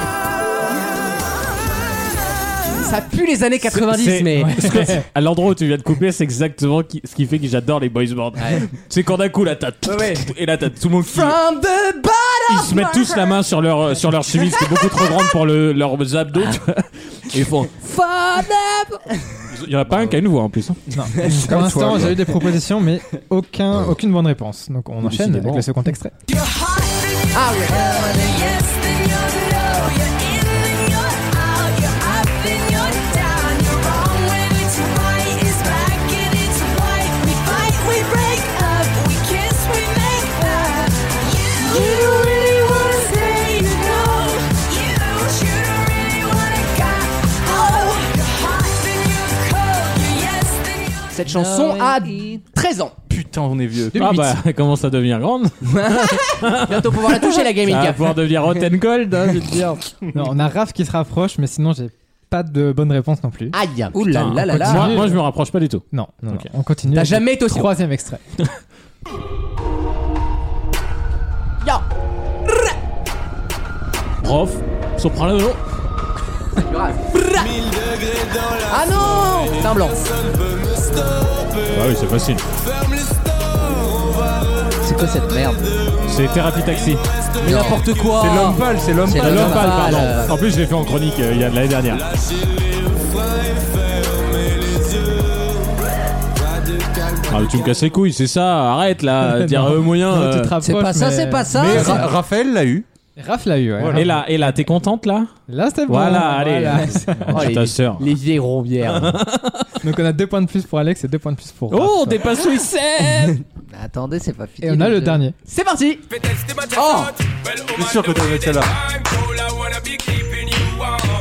S2: Ça pue les années 90,
S5: C'est-
S2: mais.
S5: ouais. Parce que à l'endroit où tu viens de couper, c'est exactement qui- ce qui fait que j'adore les boys band. C'est quand d'un coup la tête et la tête, tout le monde qui-
S2: From the bottom
S5: ils se mettent tous la main sur leur euh, sur leur chemise qui est beaucoup trop grande pour le, leurs abdos. tu vois. Et ils font. Il y en a pas un qui a une voix en plus. hein.
S3: Pour l'instant j'ai eu des propositions mais aucun, aucune bonne réponse. Donc on enchaîne avec le second extrait.
S6: Oh,
S2: Cette chanson a 13 ans.
S4: Putain, on est vieux.
S5: Ah bah elle commence à devenir grande.
S2: Bientôt pouvoir la toucher, la gaming.
S5: Elle va pouvoir devenir hot and cold. hein, je veux dire.
S3: Non, on a Raph qui se rapproche mais sinon j'ai pas de bonne réponse non plus.
S2: Aïe Ouh là là là
S5: Moi,
S2: là
S5: moi, je me rapproche pas du tout.
S3: Non, non, non, on continue.
S2: T'as
S3: avec
S2: jamais été
S3: le
S2: aussi.
S3: Troisième extrait.
S2: Yo.
S5: Prof, soprano.
S2: Ah non C'est un blanc.
S5: Ah oui c'est facile.
S8: C'est quoi cette merde
S5: C'est thérapie taxi.
S2: Mais n'importe quoi
S4: C'est l'homme pâle, c'est l'homme
S8: C'est
S5: Ah,
S8: le
S5: L'homme pâle,
S8: pâle,
S5: pardon.
S8: euh.
S5: En plus, je l'ai fait en chronique euh, il y a de l'année dernière. Ah, mais tu me casses les couilles, c'est ça, arrête là, dire euh, moyen.
S3: Tu
S5: euh.
S3: te
S8: C'est
S3: rapproches,
S8: pas ça,
S3: mais-
S8: c'est pas ça.
S4: Mais
S8: c'est-
S4: Ra- Raphaël l'a eu.
S3: Raph l'a eu. ouais.
S5: Et là, et là, t'es contente là
S3: Là c'était bon.
S5: Voilà, allez.
S2: Oh,
S5: Je
S2: les-
S5: t'assure.
S2: Les vieilles rombières.
S3: Donc on a deux points de plus pour Alex et deux points de plus pour Raph.
S6: Ah,
S5: Oh, on dépasse le ICM
S8: Mais Attendez, c'est pas fini.
S3: Et on a le
S8: jeu.
S3: dernier.
S2: C'est parti
S4: Oh C'est sûr que t'as fait celle-là.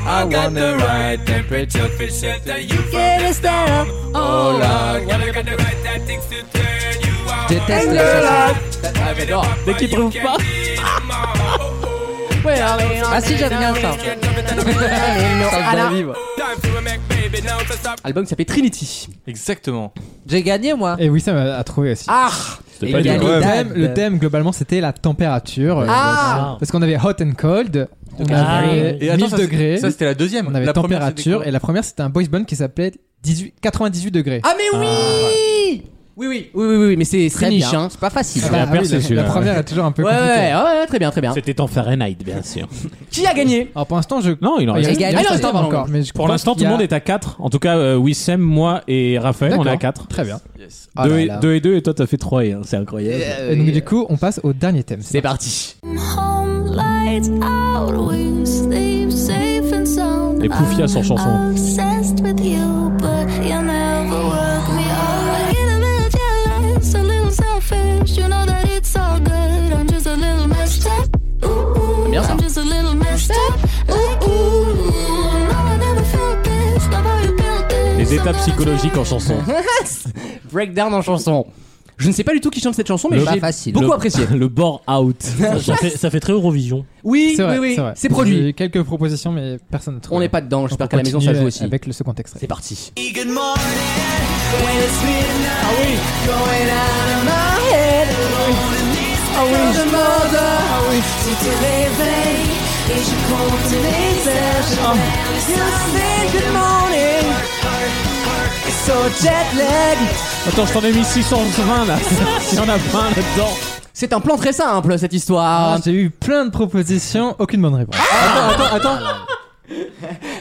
S4: I want the right temperature for shelter you
S2: Oh,
S4: from
S8: Je teste les chansons.
S5: Dès qu'il trouve pas.
S2: hein.
S8: Ah si, j'aime bien ça.
S2: Album qui s'appelait Trinity.
S4: Exactement.
S8: J'ai gagné moi.
S3: Et Wissam a a trouvé aussi.
S2: Ah
S5: C'était pas du
S4: égalité.
S5: tout.
S3: le,
S4: Ouais.
S3: thème, le thème, globalement c'était la température. Euh,
S2: Ah
S3: Parce qu'on avait hot and cold, on
S6: Ah,
S3: avait
S6: oui.
S4: Et attends,
S3: 1000
S4: ça, c'est-
S3: degrés,
S4: Ça, c'était la deuxième.
S3: on avait
S4: la première,
S3: température,
S4: c'était
S3: et la première c'était un boys band qui s'appelait 18 98 degrés.
S2: Ah mais oui Oui, oui, oui, oui, oui, mais c'est c'est
S8: Très
S2: niche,
S8: bien.
S2: hein.
S8: C'est pas facile.
S3: Ah
S5: bien percé,
S3: la- la,
S5: celui-là.
S3: première est toujours un peu
S2: Ouais, ouais,
S3: compliquée.
S2: ouais, très bien, très bien.
S5: C'était en Fahrenheit, bien sûr.
S2: Qui a gagné
S3: Alors pour l'instant, je.
S5: Non, il en
S3: il
S5: reste.
S3: reste- il
S8: gagné.
S3: reste
S2: Ah,
S3: un
S2: non,
S3: thème
S2: pardon.
S3: encore, mais je
S5: Pour
S3: pense
S5: l'instant, tout
S3: qu'il y
S5: le
S3: a-
S5: monde est à 4. En tout cas, euh, Wissem, moi et Raphaël, on est à
S3: D'accord.
S5: 4.
S3: Très bien. Ah
S8: Oh là là.
S5: 2 et 2, et toi, t'as fait 3 et 1. C'est incroyable.
S3: Et donc du coup, on passe au dernier thème.
S2: C'est parti
S5: Les Poufia sans chanson.
S2: Bien ça.
S5: Les étapes psychologiques en chanson.
S2: Breakdown en chanson. Je ne sais pas du tout qui chante cette chanson, mais
S8: Le- Pas
S2: j'ai
S8: facile.
S2: beaucoup
S5: Le-
S2: apprécié.
S5: Le bore out.
S6: ça, fait, ça fait très Eurovision.
S2: Oui,
S3: C'est vrai,
S2: oui, oui,
S3: vrai.
S2: c'est produit.
S3: J'ai eu quelques propositions, mais personne ne trouve.
S2: On n'est pas dedans, j'espère
S3: Donc,
S2: qu'à la
S3: on
S2: maison ça
S3: continue
S2: joue aussi.
S3: Avec le second extrait.
S2: C'est parti.
S3: Ah Ah Ah.
S5: Attends, je t'en ai mis 620 là. Il y en a 20 là-dedans.
S2: C'est un plan très simple cette histoire.
S3: Ah, J'ai eu plein de propositions, aucune bonne réponse.
S4: Attends, attends, attends.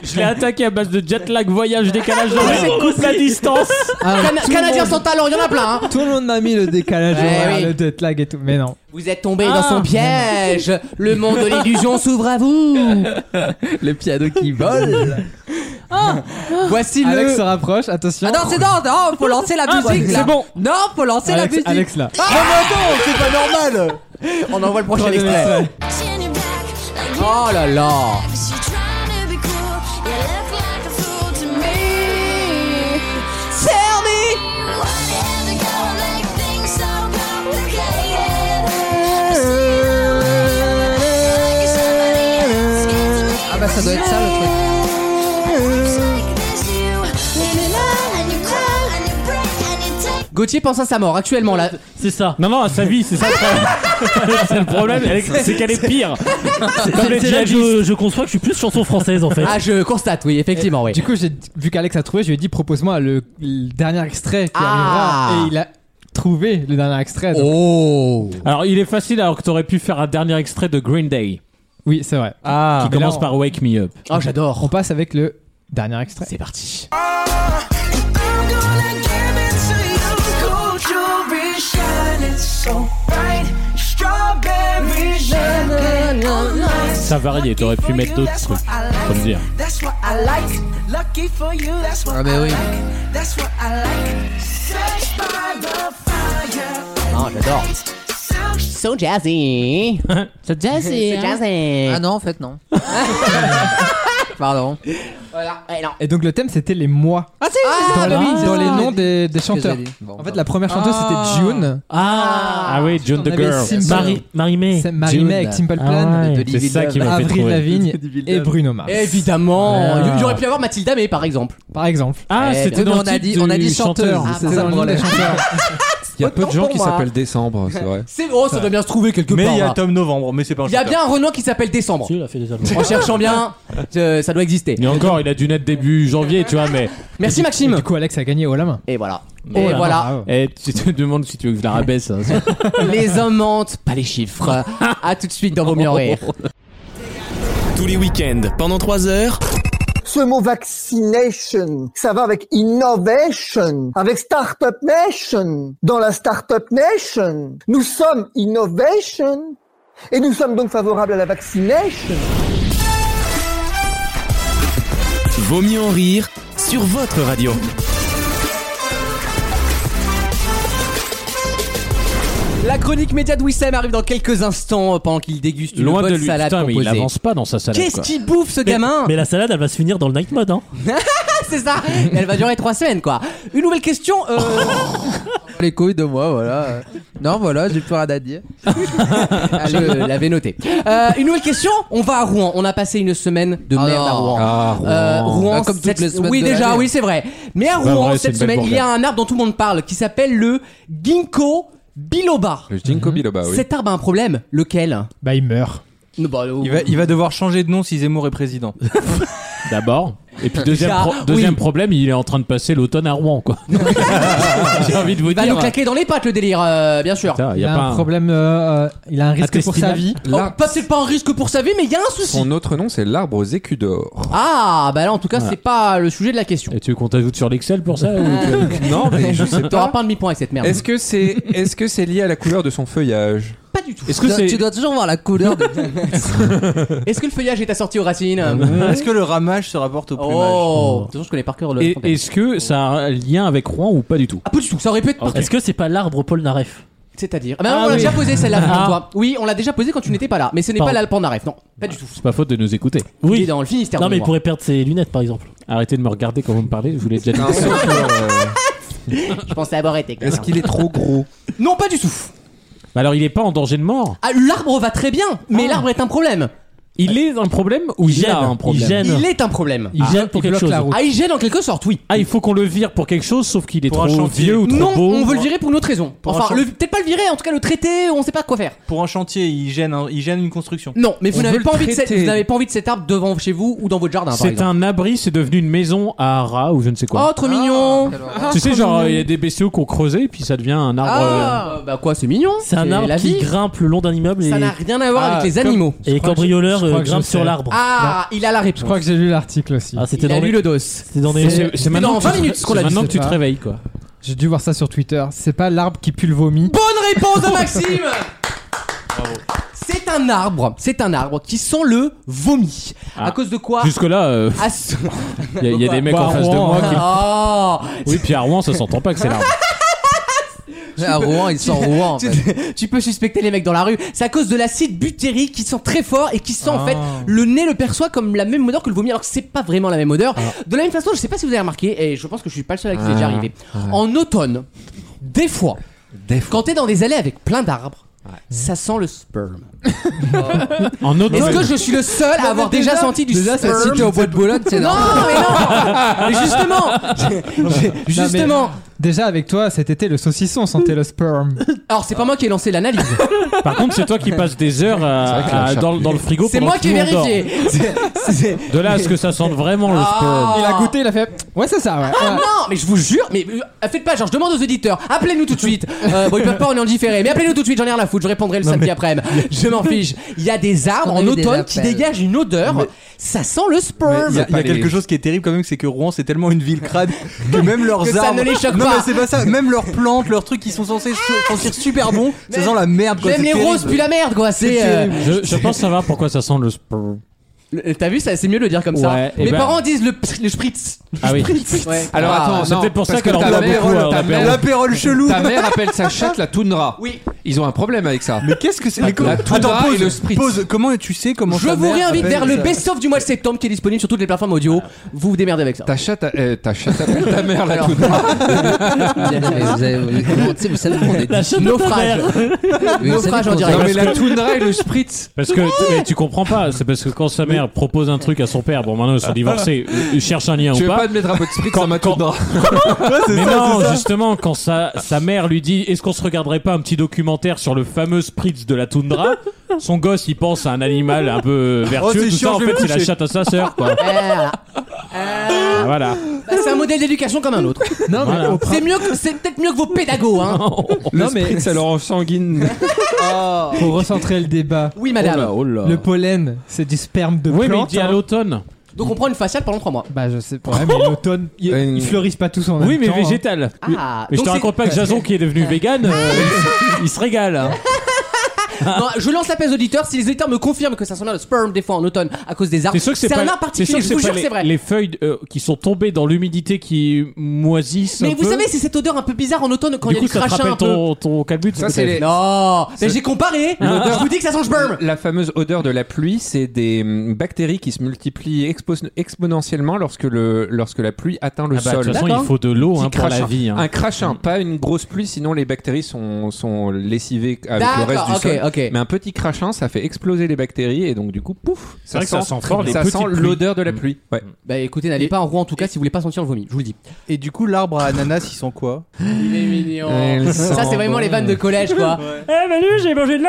S5: Je l'ai attaqué à base de jet lag, voyage, décalage horaire, couple à distance.
S3: Ah,
S2: Cana-
S3: tout le
S2: Canadiens
S3: monde-
S2: sans talent, il y en a plein. hein.
S3: Tout le monde a mis le décalage
S2: Eh
S3: horaire,
S2: oui.
S3: le jet lag et tout, mais non.
S2: Vous êtes tombé dans
S5: Ah.
S2: son piège. Le monde de l'illusion s'ouvre à vous.
S8: Le piano qui vole.
S2: Ah. Voici
S3: Alex
S2: le.
S3: se rapproche, attention.
S8: Ah non, c'est non, non, faut lancer la
S5: Ah,
S8: musique là.
S5: c'est Ah. bon.
S8: Non, faut lancer la
S3: Alex,
S8: musique.
S3: Alex là.
S2: c'est pas normal. On envoie le prochain
S3: Troisième
S2: extrait.
S3: extrait.
S2: Oh là là.
S8: Ah bah ça doit être ça le truc.
S2: Gauthier pense à sa mort actuellement là.
S6: C'est ça.
S5: Non, non, à sa vie, c'est ça le problème. c'est le problème, Alex, c'est qu'elle est pire. Comme les
S6: C'est là que
S5: djihadistes.
S6: je, je conçois que je suis plus chanson française en fait.
S2: Ah, je constate, oui, effectivement, oui.
S3: Du coup, j'ai vu qu'Alex a trouvé, je lui ai dit propose-moi le, le dernier extrait qui
S2: Ah.
S3: arrivera. Et il a trouvé le dernier extrait. donc-
S2: Oh.
S5: Alors, il est facile alors que t'aurais pu faire un dernier extrait de Green Day
S3: Oui, c'est vrai.
S5: qui
S3: mais là,
S5: commence
S3: on-
S5: par Wake Me Up.
S2: Oh, j'adore.
S3: On passe avec le dernier extrait.
S2: C'est parti.
S5: Ça variait, t'aurais pu mettre d'autres trucs. Faut le dire.
S8: Ah mais oui.
S2: Oh, j'adore. So jazzy. so jazzy. so jazzy.
S8: Ah non, en fait non. Pardon.
S2: Voilà. Eh, non.
S3: Et donc le thème c'était les mois.
S2: Ah, si,
S3: dans
S2: bah
S3: les,
S2: oui,
S3: dans les
S2: c'est ça.
S3: noms des, des
S8: que
S3: chanteurs.
S8: j'ai dit. Bon,
S3: en fait,
S8: pardon.
S3: la première chanteuse
S2: Ah.
S3: c'était June.
S5: Ah, oui, John the
S3: avait
S5: Girl.
S3: Simple
S6: Marie, Marie May.
S3: C'est Marie
S8: June.
S3: May avec Simple
S6: Ah
S3: Plan,
S6: ouais.
S8: de
S5: C'est
S8: Livy
S5: ça qui m'a fait
S3: Avril
S5: trouver.
S3: Lavigne et Bruno Mars.
S2: Évidemment.
S5: Ah.
S2: Il J'aurais pu avoir Mathilda May par exemple.
S3: Par exemple.
S5: Ah,
S2: Eh,
S5: c'était
S8: oui,
S5: dans
S8: mais
S5: le
S8: on a
S5: titre
S8: dit- on a
S5: du
S8: dit chanteur.
S5: chanteur.
S8: Ah,
S3: C'est
S8: pardon.
S3: dans le nom des chanteurs.
S7: Il y a peu de gens qui
S2: pour moi.
S7: s'appellent Décembre, c'est vrai.
S2: C'est oh, ça doit bien se trouver quelque
S4: Mais
S2: part.
S4: il y a
S2: là.
S4: Tom Novembre, mais c'est pas un
S2: Il y a
S4: chanteur.
S2: bien un Renault qui s'appelle Décembre.
S6: Tu l'as fait déjà.
S2: En cherchant bien, euh, ça doit exister.
S5: Et encore, il a dû naître début janvier, tu vois, mais.
S2: Merci Maxime.
S3: Du coup, Alex a gagné haut la main.
S2: Et voilà.
S5: Oh
S2: Et
S5: là
S2: voilà.
S3: Ah.
S5: Eh, tu te demandes si tu veux que je la rabaisse. hein.
S2: Les hommes mentent, pas les chiffres. À tout de suite dans Vos mieux en rire.
S8: Oh,
S1: Tous les week-ends, pendant 3 heures.
S10: Ce mot vaccination, ça va avec innovation, avec startup nation. Dans la startup nation, nous sommes innovation et nous sommes donc favorables à la vaccination.
S1: Vaut mieux en rire sur votre radio.
S8: oh.
S2: La chronique média de Wissem arrive dans quelques instants euh, pendant qu'il déguste une
S5: Loin
S2: bonne
S5: de lui.
S2: salade
S5: Putain, mais il
S2: composée.
S5: avance pas dans sa salade.
S2: Qu'est-ce
S5: quoi.
S2: qu'il bouffe ce gamin
S6: Mais la salade, elle va se finir dans le night mode. Hein.
S2: Ah, C'est ça Elle va durer trois semaines quoi. Une nouvelle question. euh,
S8: Les couilles de moi, voilà. Non, voilà, j'ai plus rien à dire.
S2: je l'avais noté. Euh, une nouvelle question. On va à Rouen. On a passé une semaine de
S8: Ah
S2: merde
S8: non.
S2: à Rouen.
S7: Ah,
S2: Euh, Rouen,
S8: Bah, comme toutes
S2: cette-
S8: les semaines
S2: oui
S8: de
S2: déjà,
S8: l'année.
S2: oui c'est vrai. Mais à
S5: Pas
S2: Rouen
S5: vrai, c'est
S2: cette
S5: une belle
S2: semaine, il y a
S5: bourgade.
S2: un arbre dont tout le monde parle qui s'appelle le ginkgo biloba.
S7: Le Jinko
S4: Ah
S7: Biloba, oui.
S2: Cet arbre a un problème, lequel
S3: Bah, il meurt.
S2: Non, bah, le-
S4: Il va, il va devoir changer de nom si Zemmour est président.
S5: D'abord. Et puis, deuxième,
S2: Déjà,
S5: pro- deuxième
S2: oui.
S5: problème, il est en train de passer l'automne à Rouen, quoi. J'ai envie de vous
S2: il va
S5: dire.
S2: nous claquer dans les pattes le délire, euh, bien sûr.
S5: Putain,
S3: Il,
S5: y a
S3: a,
S5: pas
S3: un problème. euh, euh, il a un risque pour sa
S5: Intestinal.
S3: vie.
S2: Oh, pas- c'est pas un risque pour sa vie, mais il y a un souci.
S7: Son autre nom, c'est l'arbre aux écus d'or.
S2: Ah bah là en tout cas c'est pas le sujet de la question.
S5: Et tu veux qu'on t'ajoute sur l'Excel pour ça ou-
S7: Non, mais je sais
S2: T'auras
S7: pas.
S2: pas un demi-point avec cette
S4: Ah
S2: merde.
S7: Est-ce que c'est est-ce que c'est lié à la couleur de son feuillage
S2: Pas du tout.
S5: Est-ce que
S8: Tu dois-
S5: c'est.
S8: Tu dois toujours voir la couleur de.
S2: Est-ce que le feuillage est assorti aux racines
S7: Hmm
S4: Est-ce que le ramage se rapporte au plumage
S2: Oh, de toute façon je connais par cœur le.
S5: Et- Est-ce que ça a un lien avec Rouen ou pas du tout
S2: Ah pas du tout, ça aurait pu être par
S6: Est-ce que c'est pas l'arbre Paul Naref
S2: C'est-à-dire Ah bah non,
S5: Ah
S2: on l'a
S5: oui.
S2: déjà posé celle-là pour
S5: Ah.
S2: toi. Oui, on l'a déjà posée quand tu n'étais pas là, mais ce n'est pas
S6: Pardon.
S2: l'Alpe en Aref, non, pas du tout.
S5: C'est pas faute de nous écouter.
S2: Il
S6: Oui.
S2: est dans le Finistère.
S6: Non,
S2: de
S6: mais il
S2: mémoire.
S6: pourrait perdre ses lunettes par exemple.
S5: Arrêtez de me regarder quand vous me parlez, je vous l'ai déjà dit.
S7: Un seul couleur, euh,
S2: je pensais avoir été.
S7: Est-ce qu'il est trop gros
S2: Non, pas du tout.
S5: Mais alors, il est pas en danger de mort.
S2: Ah, l'arbre va très bien, mais l'arbre est un problème.
S5: Il est un problème ou il,
S6: gêne,
S5: a un
S6: il
S5: problème
S6: gêne.
S2: Il est un problème.
S6: Il gêne pour
S3: il
S6: quelque
S3: bloque
S6: chose.
S3: la route.
S2: Ah, il gêne en quelque sorte, oui.
S5: Ah, il faut qu'on le vire pour quelque chose, sauf qu'il est
S4: Pour un
S5: trop
S4: chantier.
S5: vieux ou trop
S2: non,
S5: beau.
S2: on veut le virer pour une autre raison.
S4: Pour
S2: enfin,
S4: un
S2: le- peut-être pas le virer, en tout cas le traiter, on sait pas quoi faire.
S4: Pour un chantier, il gêne, un- il gêne une construction.
S2: Non, mais vous
S7: On
S2: n'avez
S7: veut le
S2: pas, envie de cet-
S7: traiter.
S2: vous n'avez pas envie de cet arbre devant chez vous ou dans votre jardin, par
S5: C'est
S2: exemple.
S5: un abri, c'est devenu une maison à haras ou je ne sais quoi.
S2: Oh, trop mignon
S3: Oh,
S5: tu sais, genre, il y a des bestiaux qu'on creusé, puis ça devient un arbre. euh,
S2: Ah, bah quoi, c'est mignon
S6: C'est un arbre
S2: la
S6: qui
S2: vie.
S6: grimpe le long d'un immeuble
S2: Ça n'a
S6: et,
S2: rien à voir
S4: Ah,
S2: avec les
S4: comme-
S2: animaux.
S6: et cambrioleur canard
S3: Je
S6: euh,
S3: crois que
S6: grimpe
S3: je
S6: sur
S3: sais.
S6: l'arbre.
S2: Ah, il a la réponse.
S3: Je crois que j'ai lu l'article aussi.
S6: Ah, c'était
S2: il
S6: dans
S2: a lu
S6: les...
S2: le dos.
S6: C'était dans les...
S3: C'est-
S6: C'était
S2: C'est maintenant
S6: dans-
S2: en 20 minutes ce qu'on a dit.
S5: Maintenant que tu te
S3: pas.
S5: réveilles, quoi.
S3: J'ai dû voir ça sur Twitter. C'est pas l'arbre qui pue le vomi.
S2: Bonne réponse de Maxime C'est un arbre, c'est un arbre qui sent le vomi. À
S5: Ah.
S2: cause de quoi
S5: Jusque-là, euh,
S2: À ce-
S5: il y a- il y, a des mecs
S3: Bah,
S5: en face de
S3: Rouen,
S5: moi qui.
S2: Oh
S5: Oui, puis à Rouen, ça s'entend pas que c'est hein. l'arbre.
S8: À Ah, Rouen, ils sont Rouen. en
S2: tu,
S8: fait.
S2: tu peux suspecter les mecs dans la rue. C'est à cause de l'acide butyrique qui sent très fort et qui sent en
S3: Ah.
S2: fait le nez le perçoit comme la même odeur que le vomi alors que c'est pas vraiment la même odeur.
S8: Ah.
S2: De la même façon, je sais pas si vous avez remarqué et je pense que je suis pas le seul à qui c'est déjà arrivé. En automne, des fois, quand t'es dans des allées avec plein d'arbres, ça sent le sperme.
S5: En automne.
S2: Est-ce que je suis le seul à avoir déjà, senti du
S8: Déjà, c'est-
S2: sperme
S8: si t'es au bois de Boulogne, c'est
S2: Non,
S8: normal.
S2: mais non Mais justement j'ai- j'ai-
S3: Non, mais-
S2: Justement
S3: Déjà avec toi cet été le saucisson sentait le sperme.
S2: Alors, c'est pas moi qui ai lancé l'analyse.
S5: Par contre, c'est toi qui passes des heures à- à- dans, dans le frigo.
S2: C'est
S5: pendant
S2: moi
S5: que
S2: qui ai
S5: tout le monde
S2: vérifié. C'est- c'est-
S5: dort. De là à ce que ça sente vraiment le sperme.
S2: Ah.
S3: Il a goûté, il a fait. Ouais c'est ça. Ouais.
S2: Ah
S3: Ouais.
S2: non, mais je vous jure, mais euh, faites pas, genre je demande aux auditeurs, appelez-nous tout de suite. Euh, bon, ils peuvent pas, on est en différé, mais appelez-nous tout de suite, j'en ai rien à foutre, je répondrai le samedi après-midi. Je m'en fiche. Il y a des arbres
S8: On
S2: en
S8: a eu des
S2: automne qui
S8: appels.
S2: dégagent une odeur, ça sent le
S4: Il
S2: sperme.
S4: y a, il y a
S7: Pas les-
S4: quelque chose qui est terrible quand même, c'est que Rouen c'est tellement une ville crade que même leurs
S2: Que ça
S4: arbres,
S2: ne les choque
S4: non
S2: pas.
S4: mais c'est pas ça, même leurs plantes, leurs trucs qui sont censés se- sentir super bon, ça
S2: Même-
S4: sent la merde. Quoi,
S2: Même
S4: c'est
S2: les
S4: terrible.
S2: roses, puis la merde, quoi. C'est. euh,
S5: Je, je pense savoir pourquoi ça sent le sperme.
S2: le- T'as vu, ça, c'est mieux de le dire comme
S5: Ouais,
S2: ça.
S5: et
S2: Mes
S5: ben-
S2: parents disent le, p- le spritz.
S5: Ah oui.
S2: Ouais.
S7: Alors
S2: Ah,
S7: attends,
S5: C'est
S7: non,
S5: peut-être pour ça
S7: parce
S5: qu'elle en
S7: ta
S5: boit
S7: mère,
S5: beaucoup, hein,
S7: ta,
S5: l'apéro.
S7: mère,
S4: L'apérole chelou.
S7: ta mère appelle sa chatte la toundra.
S2: Oui.
S7: Ils ont un problème avec ça.
S4: Mais qu'est-ce que c'est mais
S7: la
S4: comment-
S7: toundra
S4: Attends,
S7: et le
S4: pause,
S7: spritz.
S4: pause. Comment tu sais comment
S2: Je
S4: ta
S2: vous
S4: mère
S2: réinvite
S4: appelle
S2: vers le
S4: ça
S2: best-of du mois de septembre qui est disponible sur toutes les plateformes audio. Vous vous démerdez avec ça.
S7: Ta chatte, euh, ta chatte appelle ta mère la toundra.
S8: Mais vous avez- vous- comment- tu sais, vous savez qu'on est
S6: La chatte de ta
S2: Naufrage.
S6: mère.
S8: mais vous savez
S2: Naufrage en
S8: qu'on-
S2: direct.
S7: Non mais la toundra et le spritz.
S5: Parce que tu, mais tu comprends pas, c'est parce que quand sa mère propose un truc à son père, bon maintenant ils sont divorcés, ils cherchent euh, un lien
S7: Tu
S5: ou
S7: veux pas
S5: pas.
S7: te mettre un peu de spritz dans ma
S5: quand-
S7: toundra
S5: mais non, justement, quand sa, sa mère lui dit est-ce qu'on se regarderait pas un petit documentaire sur le fameux spritz de la toundra, son gosse il pense à un animal un
S2: Oh,
S5: peu vertueux,
S4: c'est
S5: tout
S4: chiant,
S5: ça en
S4: je vais
S5: fait
S4: me
S5: c'est la
S4: coucher.
S5: chatte à sa sœur quoi.
S8: Eh,
S2: Ah. Ah.
S5: voilà.
S2: Bah, c'est un modèle d'éducation comme un autre.
S3: Non mais
S5: Voilà.
S3: au prin-
S2: C'est mieux, que- c'est peut-être mieux que vos pédagogues. Hein.
S7: Le spritz ça leur ensanguine.
S3: pour recentrer le débat.
S2: Oui,
S7: Oh
S5: Oh
S2: madame.
S3: Le pollen, c'est du sperme de
S5: Ah. Oui mais il
S3: plante.
S5: dit à
S3: hein.
S5: l'automne.
S2: Donc on prend une faciale pendant 3 mois.
S3: Bah je sais pas. Ouais, mais l'automne, ils,
S7: Euh,
S3: ils fleurissent pas tous en même
S5: Oui mais
S3: temps, hein.
S5: végétal.
S2: Ah, donc
S5: Mais je te
S2: c'est- Ah.
S5: raconte pas que Jason qui est devenu vegan, euh, il se régale. hein.
S2: Non, je lance la aux auditeurs. Si les auditeurs me confirment que ça sent le sperme des fois en automne à cause des arbres,
S5: T'es sûr que c'est
S2: Ah, c'est
S5: pas
S2: un art
S5: t'es sûr
S2: particulier.
S5: que
S2: Je vous
S5: pas
S2: jure que
S5: les,
S2: c'est vrai.
S5: les feuilles euh, qui sont tombées dans l'humidité qui moisissent.
S2: Mais
S5: un
S2: vous
S5: peu.
S2: savez, c'est cette odeur un peu bizarre en automne quand il
S5: du
S2: y a
S5: coup,
S2: du
S5: ça te
S2: crachin
S5: rappelle
S2: un peu.
S5: ton, Ah. ton calbut Ah bah,
S7: Ça c'est les-
S2: Non, mais j'ai comparé. Je vous dis que ça sent le sperme.
S7: La fameuse odeur de la pluie, c'est des hum, bactéries qui se multiplient expo- exponentiellement lorsque, le, lorsque la pluie atteint le
S5: Ah bah, de
S7: sol.
S5: toute façon,
S2: D'accord.
S5: il faut de l'eau hein,
S7: Petit
S5: pour la
S7: crachin.
S5: vie. hein.
S7: Un crachin, pas une grosse pluie, sinon les bactéries sont, sont lessivées avec le reste du
S2: D'accord, ok,
S7: sol.
S2: ok.
S7: Mais un petit crachin, ça fait exploser les bactéries et donc du coup, pouf, ça
S5: vrai que
S7: sent,
S5: ça sent fort les
S7: ça
S5: petites
S7: sent
S5: pluies.
S7: l'odeur
S3: Mm.
S7: de la pluie. Ouais.
S2: Bah écoutez, n'allez pas en Rouen en tout cas si vous voulez pas sentir le vomi. Je vous le dis.
S4: Et du coup, l'arbre à ananas, il sent quoi
S2: Il est mignon.
S7: Elle
S2: Ah, Ça,
S7: sent
S2: c'est vraiment
S7: bon.
S2: les vannes de collège, quoi.
S5: Eh
S6: ben,
S5: Manu, j'ai mangé de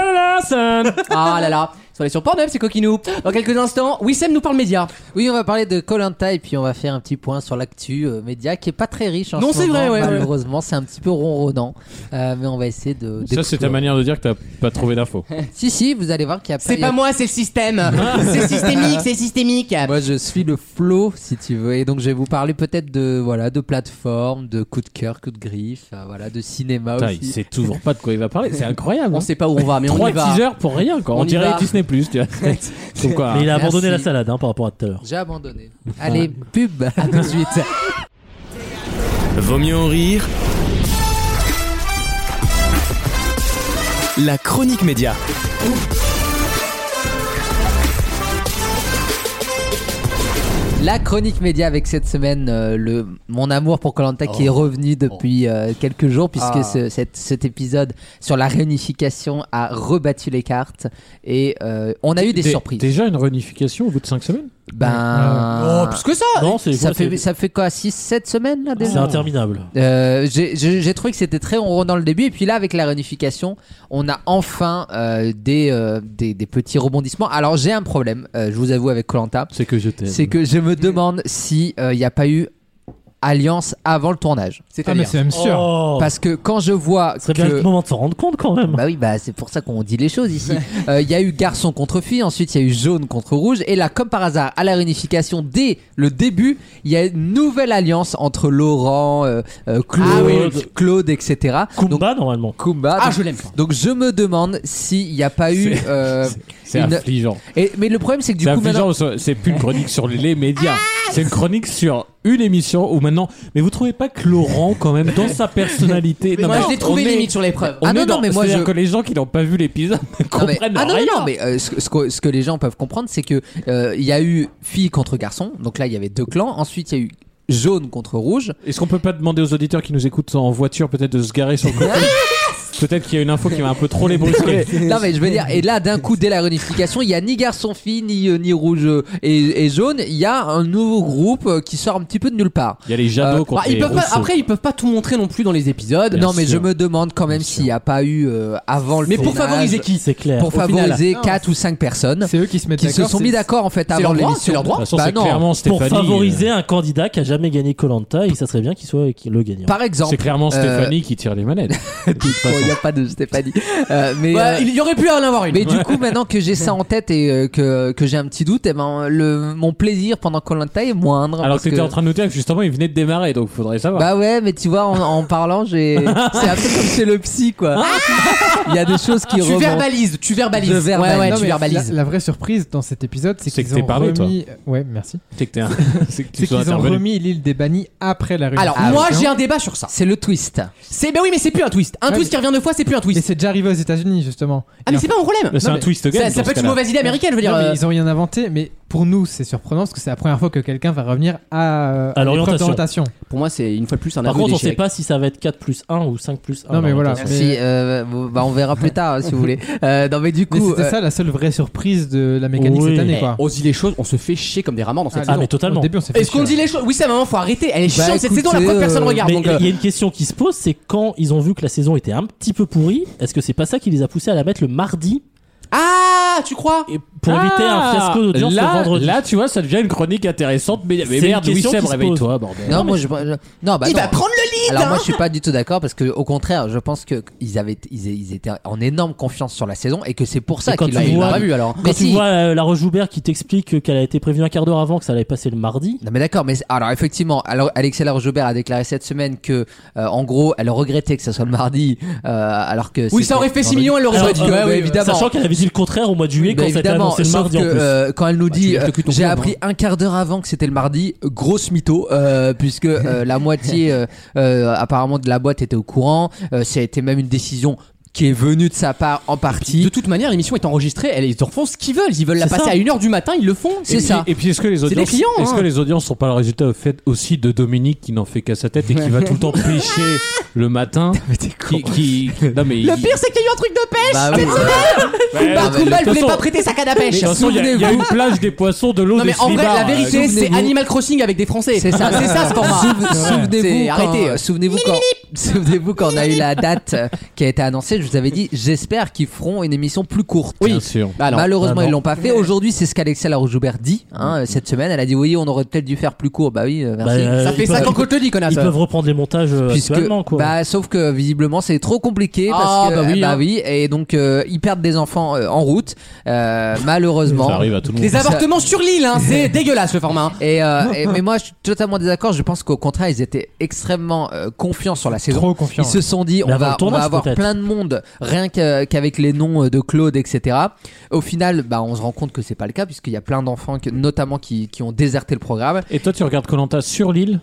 S5: l'ananas
S2: Ah là là. Sur les sur Pornhub, c'est coquinou. Dans quelques instants, Wissem nous parle média.
S8: Oui, on va parler de Colanta et puis on va faire un petit point sur l'actu euh, média qui est pas très riche en
S2: Non,
S8: ce
S2: c'est
S8: moment,
S2: vrai, ouais, ouais.
S8: malheureusement, c'est un petit peu ronronnant, Euh, mais on va essayer de.
S5: Ça, c'est ta
S8: d'explorer.
S5: manière de dire que t'as pas trouvé d'infos.
S8: Si si, vous allez voir qu'il y a
S2: C'est
S8: il y a-
S2: pas moi, c'est le système. c'est systémique, c'est systémique.
S8: Moi, je suis le flow, si tu veux, et donc je vais vous parler peut-être de voilà de plateformes, de coups de cœur, coups de griffe, euh, voilà de cinéma
S5: Putain, il
S8: aussi.
S5: sait toujours pas de quoi il va parler. C'est incroyable. hein.
S2: On sait pas où on va, mais on
S5: Trois
S2: y va.
S5: teasers pour rien, quoi. On,
S2: On y
S5: dirait
S2: va.
S5: Disney Plus, tu vois. Comme quoi.
S6: Mais il a
S8: Merci.
S6: abandonné la salade hein, par rapport à tout à l'heure.
S8: J'ai abandonné. Allez, pub à tout de suite.
S1: Vaut mieux en rire. La chronique média.
S8: La chronique média avec cette semaine euh, le mon amour pour Colanta qui est revenu depuis euh, quelques jours puisque ce- cette- cet épisode sur la réunification a rebattu les cartes et euh, on a eu des
S5: Dé-
S8: surprises.
S5: Déjà une réunification au bout de 5 semaines
S8: Ben
S2: Oh, plus que ça.
S6: Non, c'est
S8: ça
S6: quoi,
S8: fait
S6: c'est-
S8: ça fait quoi 6 7 semaines là
S6: C'est
S8: déjà.
S6: interminable.
S8: Euh, j'ai- J'ai j'ai trouvé que c'était très rond dans le début et puis là avec la réunification on a enfin euh, des, euh, des des petits rebondissements. Alors j'ai un problème, euh, je vous avoue avec Colanta.
S5: C'est que je t'aime.
S8: C'est que je me demande si il n'y a euh, pas eu Alliance avant le tournage.
S3: Ah, mais c'est même sûr.
S6: Oh.
S8: Parce que quand je vois
S6: C'est bien
S8: que-
S6: le moment de s'en rendre compte quand même.
S8: Bah oui, bah c'est pour ça qu'on dit les choses ici. Euh, Il y a eu garçon contre fille, ensuite il y a eu jaune contre rouge, et là, comme par hasard, à la réunification, dès le début, il y a une nouvelle alliance entre Laurent, euh,
S6: Ah
S8: euh, Claude, Claude, etc. Donc,
S6: Kumba normalement.
S8: Kumba.
S2: Ah,
S8: Donc-
S2: je l'aime pas.
S8: Donc je me demande s'il n'y a pas eu. euh,
S5: C'est
S8: une-
S5: affligeant.
S8: et- mais le problème c'est que du
S5: C'est
S8: coup
S5: affligeant,
S8: maintenant.
S5: parce que c'est plus une chronique sur les médias. Ah, C'est une chronique sur une émission où maintenant. Mais vous trouvez pas que Laurent, quand même, dans sa personnalité.
S2: Moi, je l'ai trouvé
S5: on est-
S2: limite sur l'épreuve.
S5: on
S8: Ah
S5: est
S8: non, non,
S5: dans-
S8: mais moi,
S5: c'est-à-dire
S8: je-
S5: que les gens qui n'ont pas vu l'épisode ne
S8: Non, mais-
S5: comprennent
S8: ah non, non,
S5: rien.
S8: non, mais euh, ce, ce que, ce que les gens peuvent comprendre, c'est que euh, il y a eu fille contre garçon, donc là il y avait deux clans, ensuite il y a eu jaune contre rouge.
S5: Est-ce qu'on peut pas demander aux auditeurs qui nous écoutent en voiture peut-être de se garer sur le côté Peut-être qu'il y a une info qui m'a un peu trop les brusquer.
S8: Non mais je veux dire, et là d'un coup dès la réunification, il y a ni garçon fille ni euh, ni rouge euh, et, et jaune, il y a un nouveau groupe euh, qui sort un petit peu de nulle part.
S5: Il y a les Jadot
S8: Euh,
S5: contre
S2: Bah, ils
S5: les
S2: peuvent pas-
S5: Rousseau.
S2: après, ils peuvent pas tout montrer non plus dans les épisodes.
S8: non mais je me demande quand même s'il n'y a pas eu euh, avant le
S2: Mais pour
S8: tournage,
S2: favoriser qui
S6: C'est clair.
S8: Pour
S2: au final
S8: favoriser
S3: Non,
S8: 4 ou 5 personnes
S3: C'est eux qui se mettent
S8: qui
S3: d'accord.
S8: se sont mis
S3: c'est-
S8: d'accord en fait avant
S2: leur droit, c'est
S8: l'émission.
S2: leur
S5: De toute façon,
S8: Bah
S5: c'est
S8: non.
S5: clairement
S6: Pour
S5: Stéphanie. euh,
S6: favoriser un candidat qui a jamais gagné Colanta, il ça serait bien qu'il soit qu'il le gagnant.
S8: Par
S5: C'est
S8: exemple,
S5: clairement
S8: Euh,
S5: Stéphanie qui tire les manettes. De toute
S8: Bon, il
S5: façon.
S8: n'y a pas de Stéphanie. Euh, mais
S2: Bah,
S8: euh,
S2: Il y aurait pu en avoir une.
S8: Mais du coup, maintenant que j'ai ça en tête et euh, que, que j'ai un petit doute, eh ben, le, mon plaisir pendant Colanta est moindre.
S5: Alors
S8: parce
S5: que t'étais en train de nous dire que justement il venait de démarrer, donc faudrait savoir.
S8: Bah ouais, mais tu vois, en, en parlant, j'ai. C'est un peu comme chez le psy, quoi.
S5: Ah
S8: Il y a des choses qui
S2: Ah, tu
S8: remontent.
S2: verbalises, tu verbalises.
S8: Je
S2: Ouais,
S8: verbalise.
S2: Ah ouais,
S8: Non,
S2: tu
S8: mais
S2: verbalises.
S3: La, la vraie surprise dans cet épisode, c'est
S5: C'est
S3: qu'ils
S5: que t'es
S3: ont
S5: parlé, toi.
S3: remis. Ouais, merci.
S5: c'est que t'es un- c'est que tu
S3: C'est
S5: sois
S3: qu'ils ont
S5: intervenu.
S3: remis l'île des bannis après la réunion.
S2: Alors,
S8: Ah,
S2: moi,
S8: oui.
S2: j'ai un débat sur ça.
S8: C'est le twist.
S2: C'est, ben oui, mais c'est plus un twist. Un
S3: Ouais,
S2: twist qui revient deux fois, c'est plus un
S3: Mais
S2: twist.
S3: c'est déjà arrivé aux États-Unis, justement.
S2: Ah, mais c'est pas un problème.
S5: Mais C'est
S3: Non,
S5: un
S3: mais-
S5: twist game.
S2: Ça, ça peut
S5: dans ce
S2: être une
S5: cas-là.
S2: mauvaise idée américaine, je veux dire.
S3: Non, mais
S2: euh,
S3: ils ont rien inventé, mais pour nous, c'est surprenant parce que c'est la première fois que quelqu'un va revenir à, euh,
S6: À
S3: l'épreuve
S6: l'orientation.
S3: d'orientation.
S2: Pour moi, c'est une fois de plus un
S6: Par
S2: aveu
S6: contre, on
S2: d'échec.
S6: sait pas si ça va être 4 plus 1 ou 5 plus 1.
S3: Non, mais
S6: dans
S3: voilà.
S5: Ah,
S6: la rotation.
S8: Si, euh, bah, on verra plus tard, hein, si vous voulez. Euh, non, mais du
S3: Mais
S8: coup.
S3: c'était
S8: euh,
S3: ça la seule vraie surprise de la mécanique
S6: Oui.
S3: cette année,
S2: Eh,
S3: quoi.
S2: On dit les choses, on se fait chier comme des ramans dans cette
S6: Ah,
S2: saison.
S6: mais totalement.
S3: Au début, on s'est fait
S2: Est-ce qu'on dit
S3: chier.
S2: les choses Oui, ça, maman, faut arrêter. Elle est
S8: Bah,
S2: chiante cette
S8: écoutez,
S2: saison, la preuve, personne
S8: euh,
S2: regarde.
S6: Mais
S2: donc,
S6: il
S2: euh,
S6: y a une question qui se pose, c'est quand ils ont vu que la saison était un petit peu pourrie, est-ce que c'est pas ça qui les a poussés à la mettre le mardi
S2: Ah, tu crois
S6: et pour
S5: Ah
S6: éviter un fiasco d'audience le
S5: là,
S6: vendredi
S5: Là, tu vois, ça devient une chronique intéressante. Mais, mais
S6: C'est
S5: merde,
S6: une
S5: Louis
S6: question
S5: Seb,
S6: qui se
S5: réveille-toi, bordel.
S8: Non, moi, je. je- Non, bah
S2: Il
S8: non.
S2: va prendre le lead
S8: Alors moi
S2: hein.
S8: je suis pas du tout d'accord parce que au contraire je pense que ils avaient ils, ils étaient en énorme confiance sur la saison et que c'est pour ça
S6: Et quand
S8: qu'ils
S6: tu
S8: l'ont
S6: vois-
S8: pas vu alors.
S6: Quand
S8: Mais
S6: tu
S8: si.
S6: vois euh, la Rojoubert qui t'explique qu'elle a été prévenue un quart d'heure avant que ça allait passer le mardi,
S8: Non mais d'accord, mais c'est- alors effectivement, alors Alexia Jobert a déclaré cette semaine que, euh, en gros, elle regrettait que ça soit le mardi, euh, alors que
S2: Oui,
S8: c'était
S2: ça aurait fait 6
S8: vendredi.
S2: millions, elle l'aurait
S8: Alors,
S2: pas dit.
S8: euh,
S2: Ouais,
S8: bah,
S2: oui,
S8: évidemment.
S6: sachant qu'elle avait dit le contraire au mois de juillet
S8: Mais
S6: quand ça a été
S8: Bah, évidemment,
S6: annoncé le
S8: sauf
S6: mardi
S8: que
S6: en plus.
S8: euh, quand elle nous dit,
S2: Ah, lèves le cul de ton
S8: euh, j'ai
S2: pauvre, hein.
S8: appris un quart d'heure avant que c'était le mardi, euh, grosse mytho, euh, puisque euh, la moitié euh, euh, apparemment de la boîte était au courant. Euh, ça a été même une décision qui est venue de sa part en partie.
S2: De toute manière, l'émission est enregistrée, elle- ils en font ce qu'ils veulent. Ils veulent la
S6: C'est
S2: passer
S6: ça.
S2: à 1h du matin, ils le font.
S8: C'est
S5: Et-
S8: ça.
S5: Et puis est-ce que les
S2: des
S5: audiences,
S2: clients,
S5: est-ce
S2: hein.
S5: que les audiences sont pas le résultat au fait aussi de Dominique qui n'en fait qu'à sa tête et qui va tout le temps pêcher le matin, qui, qui- non mais
S2: Le
S5: il-
S2: pire, c'est qu'il y a eu un truc de pêche.
S8: Bah
S5: Ouais,
S8: oui.
S2: Bah,
S5: non, mais
S2: Kumba, elle
S5: de
S2: voulait
S5: toute
S2: pas
S5: façon-
S2: prêter sa canne à
S5: de
S2: pêche.
S5: toute façon, il y, a- il y a une plage des poissons, de l'eau,
S2: Non
S5: des
S2: mais en vrai,
S5: slibards,
S2: la
S5: euh,
S2: vérité, c'est
S8: souvenez-vous-
S2: Animal Crossing avec des Français. Ah,
S8: C'est ça.
S2: c'est ça ce format.
S8: Souvenez-vous
S2: C'est-
S8: quand,
S2: Arrêtez.
S8: euh, souvenez-vous quand, souvenez-vous quand on a eu la date euh, qui a été annoncée, je vous avais dit, j'espère qu'ils feront une émission plus courte.
S5: Bien sûr.
S2: Bah non.
S8: Malheureusement,
S6: Ah non.
S8: ils l'ont pas fait. Aujourd'hui, c'est ce qu'Alexia Laroche-Joubert dit. hein, euh, Cette semaine, elle a dit oui, on aurait peut-être dû faire plus court. Bah oui, euh,
S6: Bah,
S8: merci.
S6: euh,
S2: Ça fait
S6: ils peuvent-
S2: 5 ans qu'on te le dit, connasse.
S6: Ils peuvent reprendre les montages euh,
S8: Puisque,
S6: actuellement quoi.
S8: bah, sauf que visiblement, c'est trop compliqué parce
S2: Ah,
S8: que
S2: bah oui, hein.
S8: et donc euh, ils perdent des enfants euh, en route, euh, malheureusement.
S5: ça arrive à tout le monde.
S2: Les avortements sur l'île, hein, c'est dégueulasse le format. hein.
S8: Et, euh, et- mais moi, je suis totalement désaccord. Je pense qu'au contraire, ils étaient extrêmement euh, confiants sur la saison.
S3: Trop confiant.
S8: Ils se sont dit,
S6: Mais
S8: on
S6: avant le
S8: va, on
S6: tournage,
S8: va avoir
S6: peut-être.
S8: plein de monde, rien que- qu'avec les noms euh, de Claude, etc. Au final, bah, on se rend compte que c'est pas le cas, puisqu'il y a plein d'enfants, que- notamment qui, qui ont déserté le programme.
S5: Et toi, tu regardes Colanta sur l'île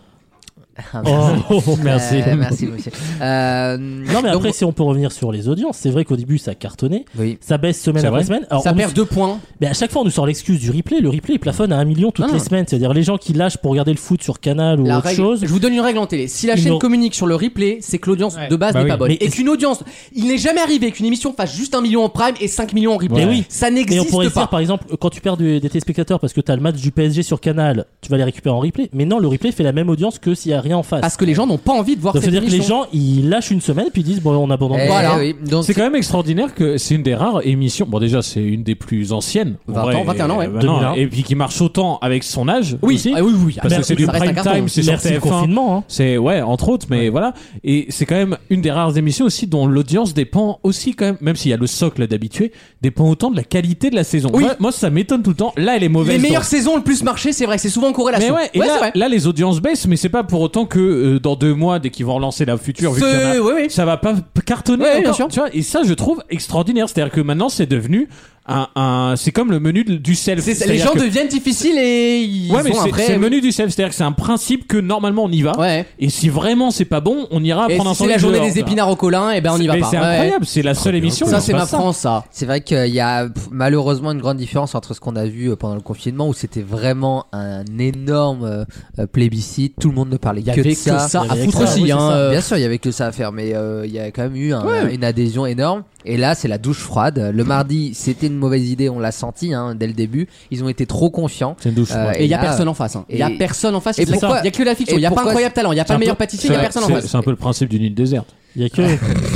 S8: Ah,
S6: Oh, merci.
S8: Euh, merci, monsieur. Euh,
S6: Non mais
S8: donc-
S6: après si on peut revenir sur les audiences, c'est vrai qu'au début ça cartonnait,
S8: oui.
S6: ça baisse semaine
S5: C'est
S6: après
S5: vrai
S6: semaine. Alors,
S2: Ça
S6: on
S2: perd 2 points.
S6: Mais à chaque fois, on nous sort l'excuse du replay. Le replay il plafonne à 1 million toutes
S8: Ah.
S6: les semaines. C'est-à-dire les gens qui lâchent pour regarder le foot sur Canal ou
S2: La
S6: autre
S2: règle-
S6: chose.
S2: Je vous donne une règle en télé. Si la
S6: Ils
S2: chaîne
S6: n'ont-
S2: communique sur le replay, c'est que l'audience
S3: Ouais.
S2: de base
S3: Bah
S2: n'est
S3: oui.
S2: pas bonne.
S6: Mais-
S2: Et qu'une audience, il n'est jamais arrivé qu'une émission fasse juste un million en prime et 5 millions en replay.
S6: Mais oui.
S2: Ça
S6: Et on
S2: n'existe
S6: pourrait se
S2: pas.
S6: dire, par exemple, quand tu perds du- des téléspectateurs parce que t'as le match du PSG sur Canal, tu vas les récupérer en replay. Mais non, le replay fait la même audience que s'il y a rien en face.
S2: Parce que les gens n'ont pas envie de voir
S6: Donc,
S2: cette
S6: c'est-à-dire que les
S2: émission.
S6: gens, ils lâchent une semaine, puis ils disent, bon, on abandonne.
S2: Eh Voilà. oui, donc-
S5: c'est quand même extraordinaire que c'est une des rares émissions. Bon, déjà, c'est une des plus anciennes. en
S2: 20 ans, 21 ans, ouais.
S5: euh, 21.
S2: 2001.
S5: Et puis qui marche autant avec son âge.
S2: Oui,
S5: aussi.
S2: ah oui, oui,
S5: Parce que
S2: merci,
S5: c'est du
S2: ça reste un
S5: prime
S2: carton.
S5: time, c'est sur
S6: Merci
S5: TF1.
S6: le confinement, hein.
S5: C'est, ouais, entre autres, mais voilà. Et c'est quand même une des rares émissions aussi dont l'audience dépend aussi, quand même, même s'il y a le socle d'habitués, dépend autant de la qualité de la saison.
S2: Oui.
S5: Moi, moi, ça m'étonne tout le temps. Là, elle est mauvaise.
S2: Les
S5: donc.
S2: meilleures saisons ont le plus marché, c'est vrai, c'est souvent en
S5: Mais
S2: corrélation.
S5: ouais, et
S2: Ouais, c'est
S5: là,
S2: vrai.
S5: là, les audiences baissent, mais c'est pas pour autant que euh, dans deux mois, dès qu'ils vont relancer la future, vu
S2: C'est-
S5: qu'il y en a-
S2: ouais, ouais.
S5: ça va pas p- cartonner.
S2: Ouais,
S5: encore,
S2: bien sûr.
S5: Tu vois, et ça, je trouve extraordinaire. C'est-à-dire que maintenant, c'est devenu un, un- c'est comme le menu de- du self.
S2: C'est- les
S5: C'est-à-dire
S2: gens
S5: que-
S2: deviennent difficiles et ils
S5: Ouais, mais
S2: ont
S5: c'est
S2: après. euh,
S5: c'est le menu du self, c'est-à-dire que c'est un principe que normalement on y va.
S2: Ouais.
S5: Et si vraiment c'est pas bon, on ira
S2: Et
S5: prendre un
S2: si c'est la
S5: sandwich
S2: journée
S5: dehors,
S2: des
S5: tu vois.
S2: épinards au colin, et ben on y va
S5: Mais
S2: pas.
S5: c'est
S2: Ouais, ouais.
S5: incroyable, c'est la seule émission. où
S2: Ça,
S5: on
S2: c'est
S5: fait
S2: ma France, ça.
S8: C'est vrai qu'il y a pff, malheureusement une grande différence entre ce qu'on a vu euh, pendant le confinement où c'était vraiment un énorme euh, euh, plébiscite, tout le monde ne parlait
S2: Il y
S8: que
S2: avait que
S8: de ça.
S2: ça
S6: Il y
S2: à
S6: avait
S2: foutre
S6: que ça,
S2: aussi.
S6: oui, c'est
S2: hein,
S6: ça.
S2: euh,
S8: Bien sûr, il y avait que ça à faire, mais euh, il y a quand même eu un- une adhésion énorme. Et là, c'est la douche froide. Le mardi, c'était une mauvaise idée, on l'a senti hein, dès le début. Ils ont été trop confiants.
S5: C'est une douche
S8: Euh,
S5: froide.
S2: Et il y a
S8: là,
S2: personne en face. hein. Il y a
S8: et-
S2: personne en face.
S8: et
S2: Il y a
S8: pourquoi-
S2: il y a que la fiction.
S8: et
S2: Il y a pas
S8: pourquoi-
S2: incroyable talent. Il y a
S5: C'est
S2: pas
S5: un
S2: meilleur
S5: peu-
S2: pâtissier. Il y a
S5: c'est-
S2: personne en
S5: c'est-
S2: face.
S5: C'est un peu le principe d'une île déserte. Ah,
S6: Il y a que.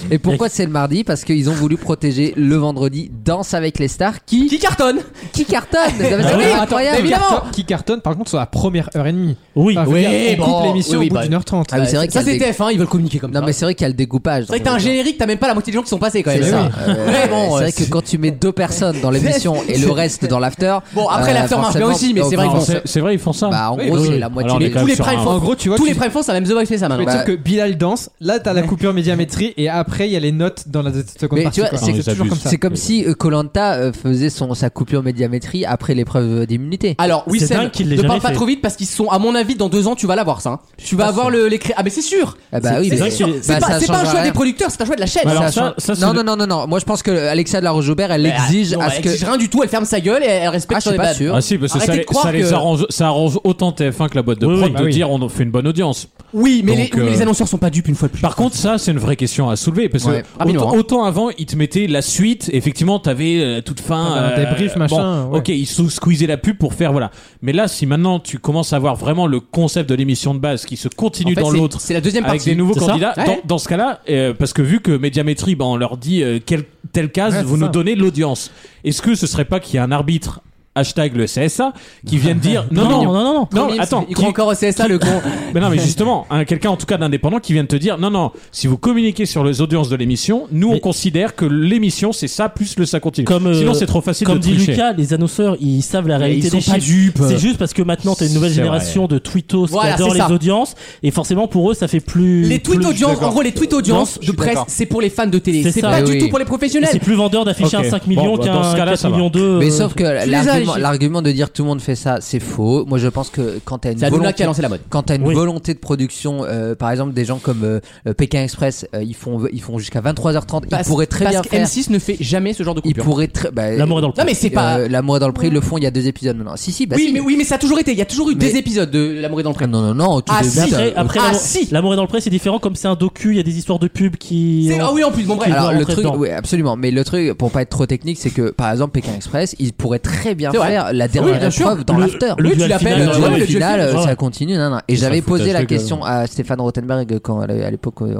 S8: Et pourquoi c'est le mardi Parce qu'ils ont voulu protéger le vendredi Danse avec les stars qui
S2: Qui cartonne
S8: qui cartonne. C'est
S3: oui,
S8: incroyable.
S3: Ah, attends,
S2: mais
S3: qui
S2: évidemment.
S3: cartonne- Qui cartonne par contre sur la première heure et demie.
S6: Oui.
S3: Enfin, je veux
S2: Oui,
S3: dire, on coupe
S2: bon,
S3: l'émission
S2: oui,
S3: au bout
S2: bah,
S3: d'une heure trente.
S8: Ah oui, c'est vrai
S2: Ça,
S8: qu'il y
S2: c'est
S8: a des-
S2: TF1. Ils veulent communiquer comme ça.
S8: Non mais c'est vrai qu'il y a le découpage.
S2: C'est vrai que t'as un générique, t'as même pas la moitié des gens qui sont passés quand même.
S8: C'est ça. Euh,
S2: Ouais, bon,
S8: c'est
S2: euh,
S8: vrai que quand tu mets deux personnes dans l'émission et le reste dans l'after. euh,
S2: Bon, après, l'after marche bien
S8: forcément,
S2: aussi, mais c'est
S8: donc,
S2: vrai
S8: non,
S2: qu'on
S8: c'est-
S5: C'est c'est vrai, ils font ça.
S8: Bah, en gros,
S5: oui.
S8: c'est la
S5: Alors,
S8: moitié
S5: on
S8: des
S5: est quand
S2: tous
S5: même
S2: les
S5: sur
S2: primes
S5: un-
S2: font-
S3: En gros, tu vois,
S2: Tous
S3: tu-
S2: les prime France, c'est la même The Voice fait ça maintenant.
S3: Mais tu
S8: Bah-
S3: sais que Bilal danse, là t'as la coupure médiamétrie et après il y a les notes dans la seconde
S8: Mais
S3: partie.
S8: tu vois,
S3: quoi.
S8: c'est
S5: Non,
S8: que-
S5: ils
S3: toujours
S5: abusent.
S3: comme ça.
S8: C'est comme si euh, Colanta faisait son, sa coupure médiamétrie après l'épreuve d'immunité.
S2: Alors oui,
S6: C'est
S2: Seb,
S6: dingue qu'il l'ait
S2: ne parle
S6: jamais
S2: pas
S6: fait.
S2: trop vite parce qu'ils sont, à mon avis, dans deux ans, tu vas l'avoir ça. hein. Tu vas avoir le les cré- Ah mais c'est sûr.
S8: Ah bah
S2: C'est-
S8: oui,
S2: c'est
S8: mais-
S2: sûr.
S6: bah,
S2: C'est
S8: ça
S2: pas, c'est pas un
S8: changera
S2: choix des
S8: rien.
S2: producteurs, c'est un choix de la chaîne.
S5: Alors,
S2: Ça-
S5: ça, ça, c'est
S8: non,
S5: le-
S8: non, non, non, non. Moi, je pense que Alexa de la Rojaubert, elle
S2: Ah,
S8: exige
S2: non,
S8: à
S2: elle
S8: ce que.
S2: exige rien du tout, elle ferme sa gueule et elle respecte
S8: Ah, je
S2: sur
S8: suis
S2: les
S8: pas
S2: bases.
S8: sûr.
S5: Ah si, parce que
S2: Arrêtez
S5: ça,
S2: de
S5: les-
S2: croire
S5: ça
S2: que-
S5: les arrange, ça arrange autant TF1 que la boîte de
S6: Oui,
S5: prod
S6: oui.
S5: de
S6: Ah oui.
S5: dire on fait une bonne audience.
S2: Oui, mais
S5: Donc,
S2: les, oui, mais les
S5: euh,
S2: annonceurs sont pas dupes une fois de plus.
S5: Par contre, ça, c'est une vraie question à soulever parce
S8: Ouais.
S5: que
S2: Rapidement,
S5: autant,
S2: hein.
S5: autant avant, ils te mettaient la suite. Effectivement, t'avais euh, toute fin,
S3: T'avais un débrief, machin,
S5: bon,
S3: ouais.
S5: Ok, ils sous squeezaient la pub pour faire voilà. Mais là, si maintenant tu commences à voir vraiment le concept de l'émission de base qui se
S2: En
S5: continue
S2: fait,
S5: dans
S2: c'est-
S5: l'autre.
S2: c'est la deuxième
S5: Avec
S2: partie.
S5: des nouveaux
S6: C'est ça
S5: candidats,
S2: Ouais.
S5: dans, dans ce cas-là, euh, parce que vu que Médiamétrie, bah, on leur dit euh, quelle, telle case,
S3: Ouais,
S5: vous
S3: c'est
S5: nous
S3: ça.
S5: donnez l'audience. Est-ce que ce serait pas qu'il y a un arbitre, hashtag le CSA, qui vienne dire non, non,
S6: non, non, non.
S5: non,
S2: Promis,
S5: attends,
S2: il croit
S5: qui-
S2: encore au CSA le con.
S5: mais non, mais justement, hein, quelqu'un en tout cas d'indépendant qui vient de te dire non, non, si vous communiquez sur les audiences de l'émission, nous on
S6: Mais-
S5: considère que l'émission c'est ça plus le ça continue.
S6: Comme, euh,
S5: Sinon c'est trop facile
S6: Comme
S5: de
S6: dit
S5: tricher.
S6: Lucas, les annonceurs, ils savent la réalité
S2: ils sont
S6: des
S2: pas
S6: chiffres. C'est juste parce que maintenant, t'as une nouvelle
S5: C'est
S6: génération de twittos
S2: Voilà,
S6: qui adorent
S2: c'est
S6: les
S2: ça.
S6: audiences. Et forcément, pour eux, ça fait plus.
S2: Les tweets
S6: plus-
S2: audience, en
S4: d'accord.
S2: gros, les tweets audience
S6: Non,
S2: de presse,
S4: d'accord.
S2: c'est pour les fans de télé.
S6: C'est
S2: C'est
S6: ça,
S2: pas
S8: oui,
S2: du
S8: oui.
S2: tout pour les
S6: Et C'est
S2: professionnels.
S6: plus vendeur d'afficher
S5: Ok.
S6: un 5 millions
S5: Bon, bah,
S6: qu'un
S5: dans ce cas-là,
S6: 4
S5: ça va.
S6: millions euh, 2.
S8: Mais sauf que
S2: as
S8: l'argument-
S2: agis.
S8: l'argument de dire tout le monde fait ça, c'est faux. Moi, je pense que quand t'as une
S2: C'est Hanouna
S8: volonté,
S2: qui a lancé la mode.
S8: quand t'as une
S6: Oui.
S8: volonté de production, euh, par exemple, des gens comme euh, euh, Pékin Express, euh, ils font, ils font jusqu'à 23h30.
S2: Parce-
S8: ils pourraient très
S2: parce
S8: bien
S2: que
S8: faire.
S2: M6 ne fait jamais ce genre de
S8: Ils
S2: coupure.
S8: pourraient très. bah,
S6: L'amour est dans le
S2: Non mais c'est pas.
S8: euh, L'amour est dans le prix. Ils le font. Il y a deux épisodes maintenant. Si, si. Bah,
S2: oui,
S8: si.
S2: mais oui, mais ça a toujours été. Il y a toujours eu
S8: Mais-
S2: des épisodes de L'amour est dans le
S8: Ah,
S2: pré.
S8: Non, non, non. au tout
S2: Ah,
S8: début,
S2: si,
S8: ça-
S6: Après, après
S2: Ah,
S6: l'amour-
S2: si.
S6: l'amour est dans le prêt, c'est différent. Comme c'est un docu, il y a des histoires de pubs qui.
S2: C'est-
S6: ont-
S8: oh
S2: Ah oui, en plus, bon bref.
S6: Ils
S2: Alors,
S6: vont
S8: Alors le
S6: rentrer
S8: truc,
S6: dedans.
S8: oui, absolument. Mais le truc, pour pas être trop technique, c'est que par exemple Pékin Express, il pourrait très bien
S2: C'est vrai.
S8: faire la dernière
S2: bien sûr.
S8: épreuve dans
S6: Le-
S8: l'after.
S6: le
S2: Oui, tu
S6: duel
S2: l'appelles,
S6: final,
S2: euh,
S8: Le
S2: ouais,
S6: ouais,
S2: le
S8: duel
S2: duel
S8: final,
S2: final,
S8: euh,
S6: ouais.
S8: ça continue. nan, nan. Et j'avais
S5: fout à
S8: posé la
S5: chaque,
S8: question à Stéphane Rothenberg quand à l'époque, euh,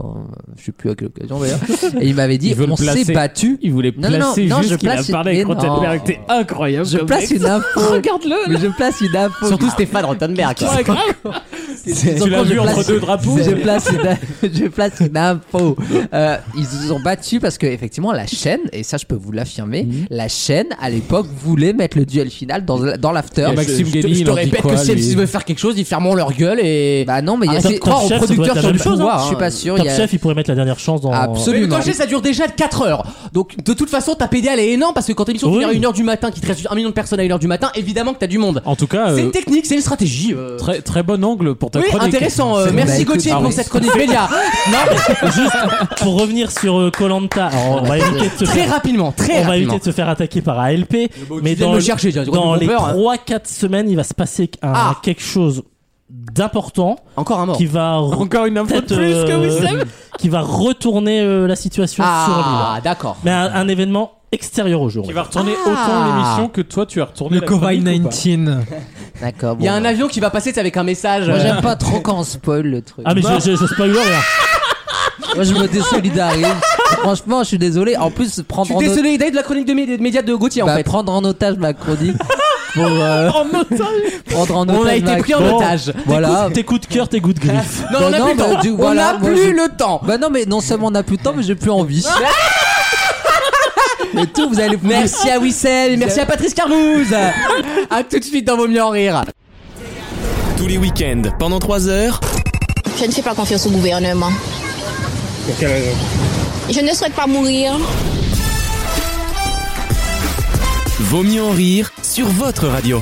S8: je sais plus à quelle occasion d'ailleurs, et il m'avait dit
S5: Ils veulent
S8: on s'est
S5: placer-
S8: battu.
S5: Ils voulaient
S8: Non, non, non,
S5: placer
S8: non,
S5: juste
S8: je
S5: qu'il a
S8: place-
S5: parlé avec
S8: mais
S5: Rottenberg.
S8: non.
S5: C'était incroyable.
S8: Je
S5: comme
S8: place
S5: mec.
S8: une info.
S5: Regarde-le.
S8: Mais je place une info.
S2: Surtout Stéphane Rottenberg. quoi.
S5: Tu l'as vu entre deux drapeaux.
S8: Je place, une, je place une info. Euh, ils se sont battus parce que effectivement la chaîne, et ça je peux vous l'affirmer, la chaîne à l'époque voulait mettre le duel final dans, dans l'after.
S5: Et Maxime
S2: Je te-
S5: Guény,
S2: je
S5: il
S2: te
S5: en dit
S2: répète
S5: quoi
S2: que si
S5: lui
S2: M6 veut faire quelque chose, ils fermeront leur gueule et.
S8: Bah non, mais il y a
S5: Ah,
S6: Arrête
S8: c'est-
S6: de croire
S8: Top
S6: aux
S8: Chef,
S6: producteurs
S8: ça
S6: sur
S8: doit
S6: le
S8: être la même
S6: pouvoir,
S8: chose, hein. Je suis pas sûr.
S6: Top
S8: il y a-
S6: Chef, il pourrait mettre la dernière chance dans.
S8: Absolument.
S2: Mais le temps G, ça dure déjà 4 heures. Donc de toute façon, ta PDA elle est énorme parce que quand l'émission
S6: Oui.
S2: finit à 1h du matin, qu'il te reste 1 million de personnes à 1h du matin, évidemment que t'as du monde.
S5: En tout cas,
S2: C'est
S5: euh,
S2: une technique, c'est une stratégie. euh.
S5: très très bon angle pour ta
S2: Oui,
S5: chronique.
S2: intéressant. euh,
S8: C'est- Bah,
S2: merci
S8: écoute,
S2: Gauthier
S8: ah
S2: pour
S8: oui.
S2: cette chronique média. Non, mais
S6: Juste pour revenir sur Colanta, on va éviter de se
S2: très
S6: faire
S2: rapidement, très
S6: on va
S2: rapidement.
S6: éviter de se faire attaquer par ALP. Mais
S2: tu viens
S6: dans,
S2: de me chercher, j'ai un gros
S6: dans les
S2: peur, hein.
S6: 3-4 semaines, il va se passer un-
S2: Ah.
S6: quelque chose d'important
S2: Encore un mort.
S6: qui va re-
S5: Encore une info de
S6: peut-être,
S5: plus que
S6: euh,
S5: Wissem.
S6: qui va retourner euh, la situation sur
S2: Ah,
S6: l'île.
S2: d'accord.
S6: Mais un, un événement extérieur au jour.
S5: Qui va retourner
S2: Ah.
S5: autant l'émission que toi tu as retourné
S3: Le
S5: la chronique ou pas
S3: Covid-19.
S8: D'accord.
S2: Il y a
S8: bon,
S2: un
S8: bah.
S2: avion qui va passer tu sais, avec un message.
S8: Moi,
S2: euh,
S8: j'aime pas trop quand on spoil le truc.
S6: Ah, mais je, je, je spoil rien.
S8: Moi, je me désolidarise. Franchement, je suis désolé. En plus, prendre
S2: Tu
S8: en,
S2: t'es
S8: ot-
S2: solidaire de la chronique de mé- médias de Gauthier en
S8: bah,
S2: fait.
S8: prendre en otage ma chronique. Pour, euh, prendre en otage.
S2: On a été
S8: ma-
S2: pris en
S8: Bon,
S2: otage.
S8: Voilà.
S6: Tes coups de cœur, tes coups de griffe.
S2: Non,
S8: Bah
S2: on n'a
S8: non,
S2: plus le
S8: bah,
S2: temps.
S8: du-
S2: on
S8: voilà,
S2: n'a
S8: moi,
S2: plus
S8: je-
S2: le temps.
S8: Bah non, mais non seulement on n'a plus de temps, mais j'ai plus envie. mais tout, vous allez vous
S2: Merci à Wissel, merci à Patrice Carmouze. à tout de suite dans Vaut mieux en rire.
S1: Tous les week-ends, pendant 3 heures,
S11: Je ne fais pas confiance au gouvernement. Je ne souhaite pas mourir.
S1: Vaut mieux en rire sur votre radio.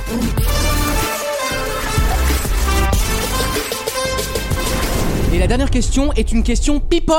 S2: Et la dernière question est une question people.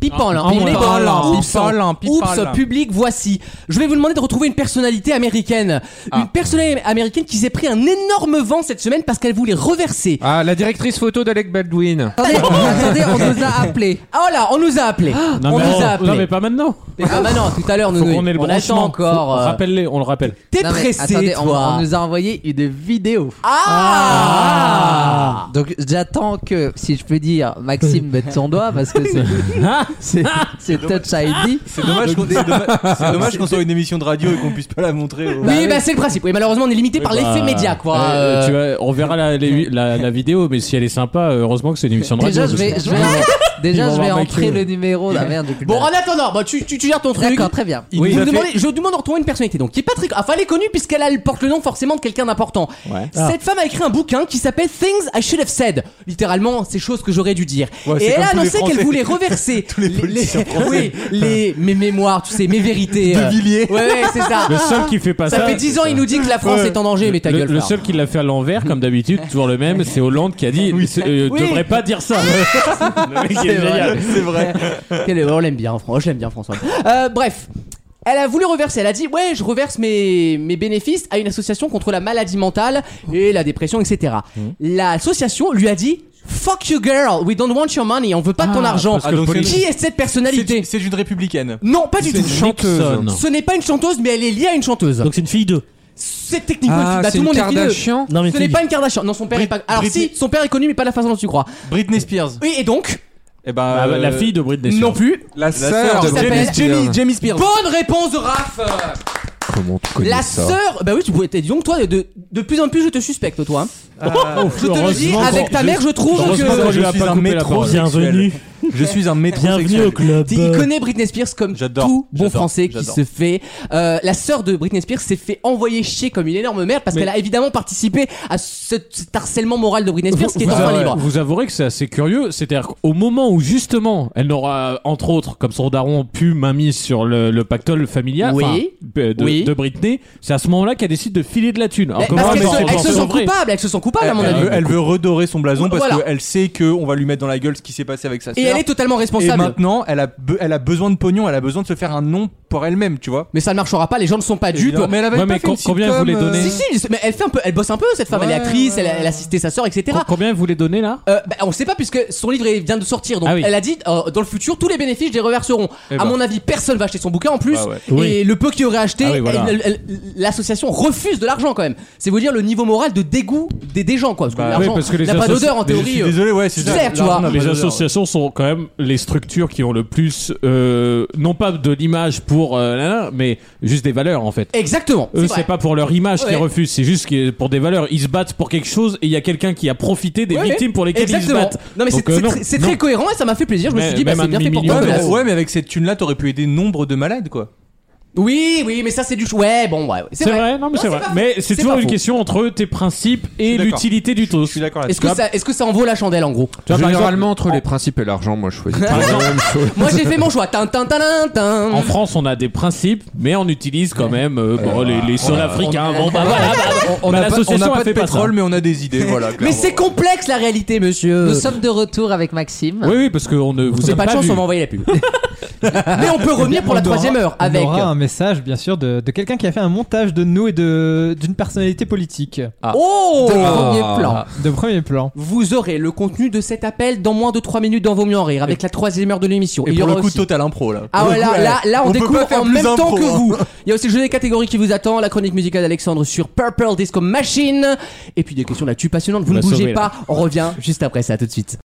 S2: People,
S4: Ah,
S2: people,
S4: people,
S2: oups,
S4: people, people.
S2: oups, public, voici. Je vais vous demander de retrouver une personnalité américaine. Une personnalité américaine qui s'est pris un énorme vent cette semaine parce qu'elle voulait reverser.
S7: Ah, la directrice photo d'Alec Baldwin.
S8: Attendez, attendez, on nous a appelés.
S2: Oh là, on nous a appelés. on
S5: mais,
S2: nous a
S5: oh, non,
S2: appelés.
S5: mais pas maintenant.
S2: Mais
S8: Ah
S2: pas
S8: bah
S2: maintenant, tout à l'heure, nous,
S5: Faut
S2: nous-
S5: qu'on ait le
S2: on attend
S5: branchement.
S2: encore.
S5: Faut-
S2: euh,
S5: Rappelle-les, on le rappelle.
S2: T'es
S8: Non, mais
S2: pressé,
S8: attendez, on-
S2: toi.
S8: On, nous a envoyé une vidéo.
S2: Ah,
S8: Donc j'attends que, si je peux dire, Maxime mette son doigt parce que c'est-
S2: Ah.
S8: c'est c'est Touch ID.
S4: C'est dommage qu'on c'est dommage- c'est dommage qu'on soit une émission de radio et qu'on puisse pas la montrer. au-
S2: Oui, bah c'est le principe. Oui, malheureusement, on est limité par l'effet média, quoi.
S5: Euh,
S2: Euh,
S5: tu vois, on verra la, les- la- la vidéo, mais si elle est sympa, euh, heureusement que c'est une émission de radio.
S8: Déjà, je vais,
S5: parce
S8: je
S5: que-
S8: vais, déjà,
S5: vont
S8: je vais
S5: voir
S8: entrer
S5: Michael.
S8: le numéro. Ah merde, j'ai plus le
S2: Bon, en
S8: numéro.
S2: attendant, bah, tu, tu, tu gères ton truc.
S8: D'accord, très bien.
S4: Il
S2: Vous
S4: nous a
S2: me
S4: fait-
S2: demandez- je vous demande de retrouver une personnalité donc qui est pas très enfin elle est connue puisqu'elle a- elle porte le nom forcément de quelqu'un d'important. Cette femme a écrit un bouquin qui s'appelle Things I Should Have Said, littéralement ces choses que j'aurais dû dire.
S4: Ouais,
S2: Et
S4: c'est
S2: elle
S4: comme
S2: a
S4: tous les
S2: annoncé
S4: Français.
S2: qu'elle voulait reverser
S4: Tous les politiciens
S2: oui, les mes mémoires, tu sais, mes vérités. euh.
S4: Villiers.
S2: Ouais, ouais, c'est ça.
S5: Le seul qui fait pas ça.
S2: Ça fait 10 ans il nous dit que la France
S5: Ouais.
S2: est en danger mais ta
S5: le,
S2: gueule.
S5: le
S2: frère.
S5: seul qui l'a fait à l'envers, comme d'habitude, toujours le même, c'est Hollande qui a dit Tu
S2: Oui.
S5: devrais pas dire ça. le mec, il est génial.
S4: C'est vrai.
S2: Quel- on l'aime bien, François. Je l'aime bien, François. Euh, bref. Elle a voulu reverser, elle a dit ouais je reverse mes, mes bénéfices à une association contre la maladie mentale et la dépression etc. L'association lui a dit fuck you girl, we don't want your money, on veut pas ton argent.
S4: parce que Ah, donc le police-
S2: Qui est cette personnalité
S4: C'est- C'est une républicaine.
S2: Non pas du
S4: c'est
S2: tout.
S4: une chanteuse.
S5: Nixon.
S2: Ce n'est pas une chanteuse mais elle est liée à une chanteuse.
S6: Donc c'est une fille 2.
S2: C'est techniquement
S7: Ah,
S2: bah,
S7: c'est
S2: tout le monde
S7: une
S2: est fidèle.
S7: Kardashian.
S6: Non, mais
S2: Ce n'est
S6: fille.
S2: pas une Kardashian. Non son père
S4: Brit-
S2: est pas. Alors
S4: Britney-
S2: si son père est connu mais pas de la façon dont tu crois.
S4: Britney Spears.
S2: Oui et donc
S4: Et ben,
S5: Ah, bah, la
S4: euh,
S5: fille de Britney
S2: non
S5: Spears.
S2: plus.
S7: La
S4: sœur
S7: sœur de
S4: qui
S2: s'appelle
S7: Britney Spears.
S4: Jamie, Jamie Spears.
S2: Bonne réponse de Raph.
S7: Comment tu connais
S2: La
S7: ça
S2: sœur, bah oui, tu pouvais. Disons que toi, de, de plus en plus, je te suspecte, toi. hein. je te le dis,
S5: Ah, heureusement
S2: avec
S5: qu'on-
S2: ta mère, je trouve
S5: heureusement
S2: que.
S5: qu'on lui a
S4: Je suis
S5: pas
S4: un
S5: coupé la
S4: métro.
S5: parole.
S6: Bienvenue.
S4: Je suis un métro
S6: Bienvenue au club.
S5: Bah.
S2: Il connaît Britney Spears comme
S4: J'adore,
S2: tout bon
S4: j'adore,
S2: français qui
S4: j'adore.
S2: se fait. Euh, la sœur de Britney Spears s'est fait envoyer chier comme une énorme merde parce qu'elle a évidemment participé à ce, cet harcèlement moral de Britney Spears qui est
S5: vous,
S2: enfin
S5: avouerez-
S2: libre.
S5: vous avouerez que c'est assez curieux, c'est-à-dire qu'au moment où justement elle n'aura, entre autres, comme son daron, pu main mise sur le, le pactole familial
S2: Oui.
S5: enfin, euh, de,
S2: Oui.
S5: de Britney, c'est à ce moment-là qu'elle décide de filer de la thune. Alors
S2: Mais-
S5: que
S2: parce
S5: moi,
S2: qu'elles
S5: mes
S2: se- elles
S5: sentiments
S2: se
S5: sont
S2: sont
S5: vrais.
S2: coupables, elles se sont coupables à mon
S4: elle,
S2: avis.
S4: veut, elle veut redorer son blason parce
S2: Voilà.
S4: qu'elle sait qu'on va lui mettre dans la gueule ce qui s'est passé avec sa sœur.
S2: Et elle est totalement
S4: Et
S2: responsable.
S4: maintenant, elle a, be- elle a besoin de pognon, elle a besoin de se faire un nom pour elle-même, tu vois.
S2: Mais ça ne marchera pas, les gens ne sont pas dupes.
S4: Évidemment. elle
S5: Ouais, mais com- combien vous les donnez
S4: euh,
S2: Si, si, mais elle fait un peu, elle bosse un peu cette femme, elle est
S4: Ouais,
S2: actrice,
S4: ouais,
S2: elle, a- elle a assisté sa sœur, etc.
S5: Com- Combien vous les donnez là
S2: Euh, bah, on sait pas puisque son livre il vient de sortir donc
S5: Ah oui.
S2: elle a dit euh, dans le futur tous les bénéfices je les reverseront.
S4: Eh
S2: À
S4: ben.
S2: mon avis personne va acheter son bouquin en plus
S4: Bah ouais.
S6: Oui.
S2: et le peu qui aurait acheté
S5: Ah oui, voilà.
S2: elle- elle- elle- l'association refuse de l'argent quand même. C'est vous dire le niveau moral de dégoût des, des gens quoi parce que
S4: Bah,
S2: l'argent
S5: oui, parce que les
S2: n'a pas
S5: associ-
S2: d'odeur en
S5: mais je
S4: Je suis
S2: théorie. euh.
S4: désolé, ouais, c'est
S2: tu
S4: ça.
S2: sais, tu vois.
S4: L'argent n'a
S5: Les
S4: pas d'odeur.
S5: associations sont quand même les structures qui ont le plus, euh, non pas de l'image pour, euh, là, là, mais juste des valeurs en fait.
S2: Exactement.
S5: Eux,
S2: c'est vrai.
S5: c'est pas pour leur image
S2: Ouais.
S5: qu'ils refusent, c'est juste que pour des valeurs. Ils se battent pour quelque chose et il y a quelqu'un qui a profité des
S2: Ouais,
S5: victimes pour lesquelles
S2: Exactement.
S5: ils se battent.
S2: Non mais c'est
S5: Donc, euh,
S2: c'est
S5: non,
S2: très- c'est
S5: non.
S2: très cohérent et ça m'a fait plaisir. Je me
S5: Mais
S2: suis dit bah,
S5: même
S2: c'est bien
S5: un
S2: fait pour
S5: demi-million
S2: toi.
S4: Ouais, mais,
S5: d'euros.
S4: ouais, mais avec cette thune-là, t'aurais pu aider nombre de malades, quoi.
S2: Oui oui mais ça c'est du ch- ouais bon ouais ouais,
S5: C'est vrai, non mais
S2: Non,
S5: c'est
S2: c'est
S5: vrai.
S2: pas faux.
S5: Mais c'est
S2: C'est
S5: toujours
S2: pas
S5: une
S2: faux.
S5: question entre tes principes
S4: Je
S5: et
S4: suis d'accord.
S5: l'utilité du
S4: Je
S5: tous.
S4: suis d'accord
S2: Est-ce
S4: là-dessus.
S2: que ça est-ce que ça en vaut la chandelle en gros
S5: Tu vois, par exemple,
S7: Généralement, entre les principes et l'argent, moi, je choisis toujours la même chose.
S2: Moi j'ai fait mon choix. Tin, tin, tin, tin, tin.
S5: en France, on a des principes, mais on utilise quand même euh, bon, les, les seuls africains. Bon, bah voilà, bah,
S4: On
S5: bah,
S4: n'a pas, on
S5: l'association
S4: n'a
S5: a
S4: pas de
S5: fait pas ça.
S4: pétrole, mais on a des idées, voilà.
S2: Mais
S4: clairement.
S2: c'est complexe la réalité, monsieur.
S8: Nous sommes de retour avec Maxime.
S5: Oui, oui, parce qu'on ne vous
S2: C'est
S5: a
S2: pas de
S5: pas
S2: chance,
S5: vu.
S2: on m'a envoyé la pub. Mais on peut revenir pour la
S3: Eh On aura-
S2: troisième heure
S3: on
S2: avec.
S3: aura un message, bien sûr, de, de quelqu'un qui a fait un montage de nous et de- d'une personnalité politique.
S2: Oh De premier
S4: Ah.
S2: plan.
S3: De premier plan.
S2: Vous aurez le contenu de cet appel dans moins de 3 minutes dans Vaut mieux en rire avec la troisième heure de l'émission.
S4: Et
S2: Il y
S4: pour le
S2: aura
S4: coup,
S2: aussi-
S4: total impro là.
S2: Ah
S4: Pour le
S2: ouais, là,
S4: coup,
S2: là, là, on,
S4: peut pas
S2: découvre
S4: faire
S2: en
S4: plus
S2: même temps
S4: impro,
S2: que
S4: hein.
S2: vous. Il y a aussi le jeu des catégories qui vous attend, la chronique musicale d'Alexandre sur Purple Disco Machine, et puis des questions là-dessus passionnantes. Vous
S5: On
S2: ne
S5: va
S2: bougez
S5: sauver, là.
S2: pas, on revient juste après ça, à tout de suite.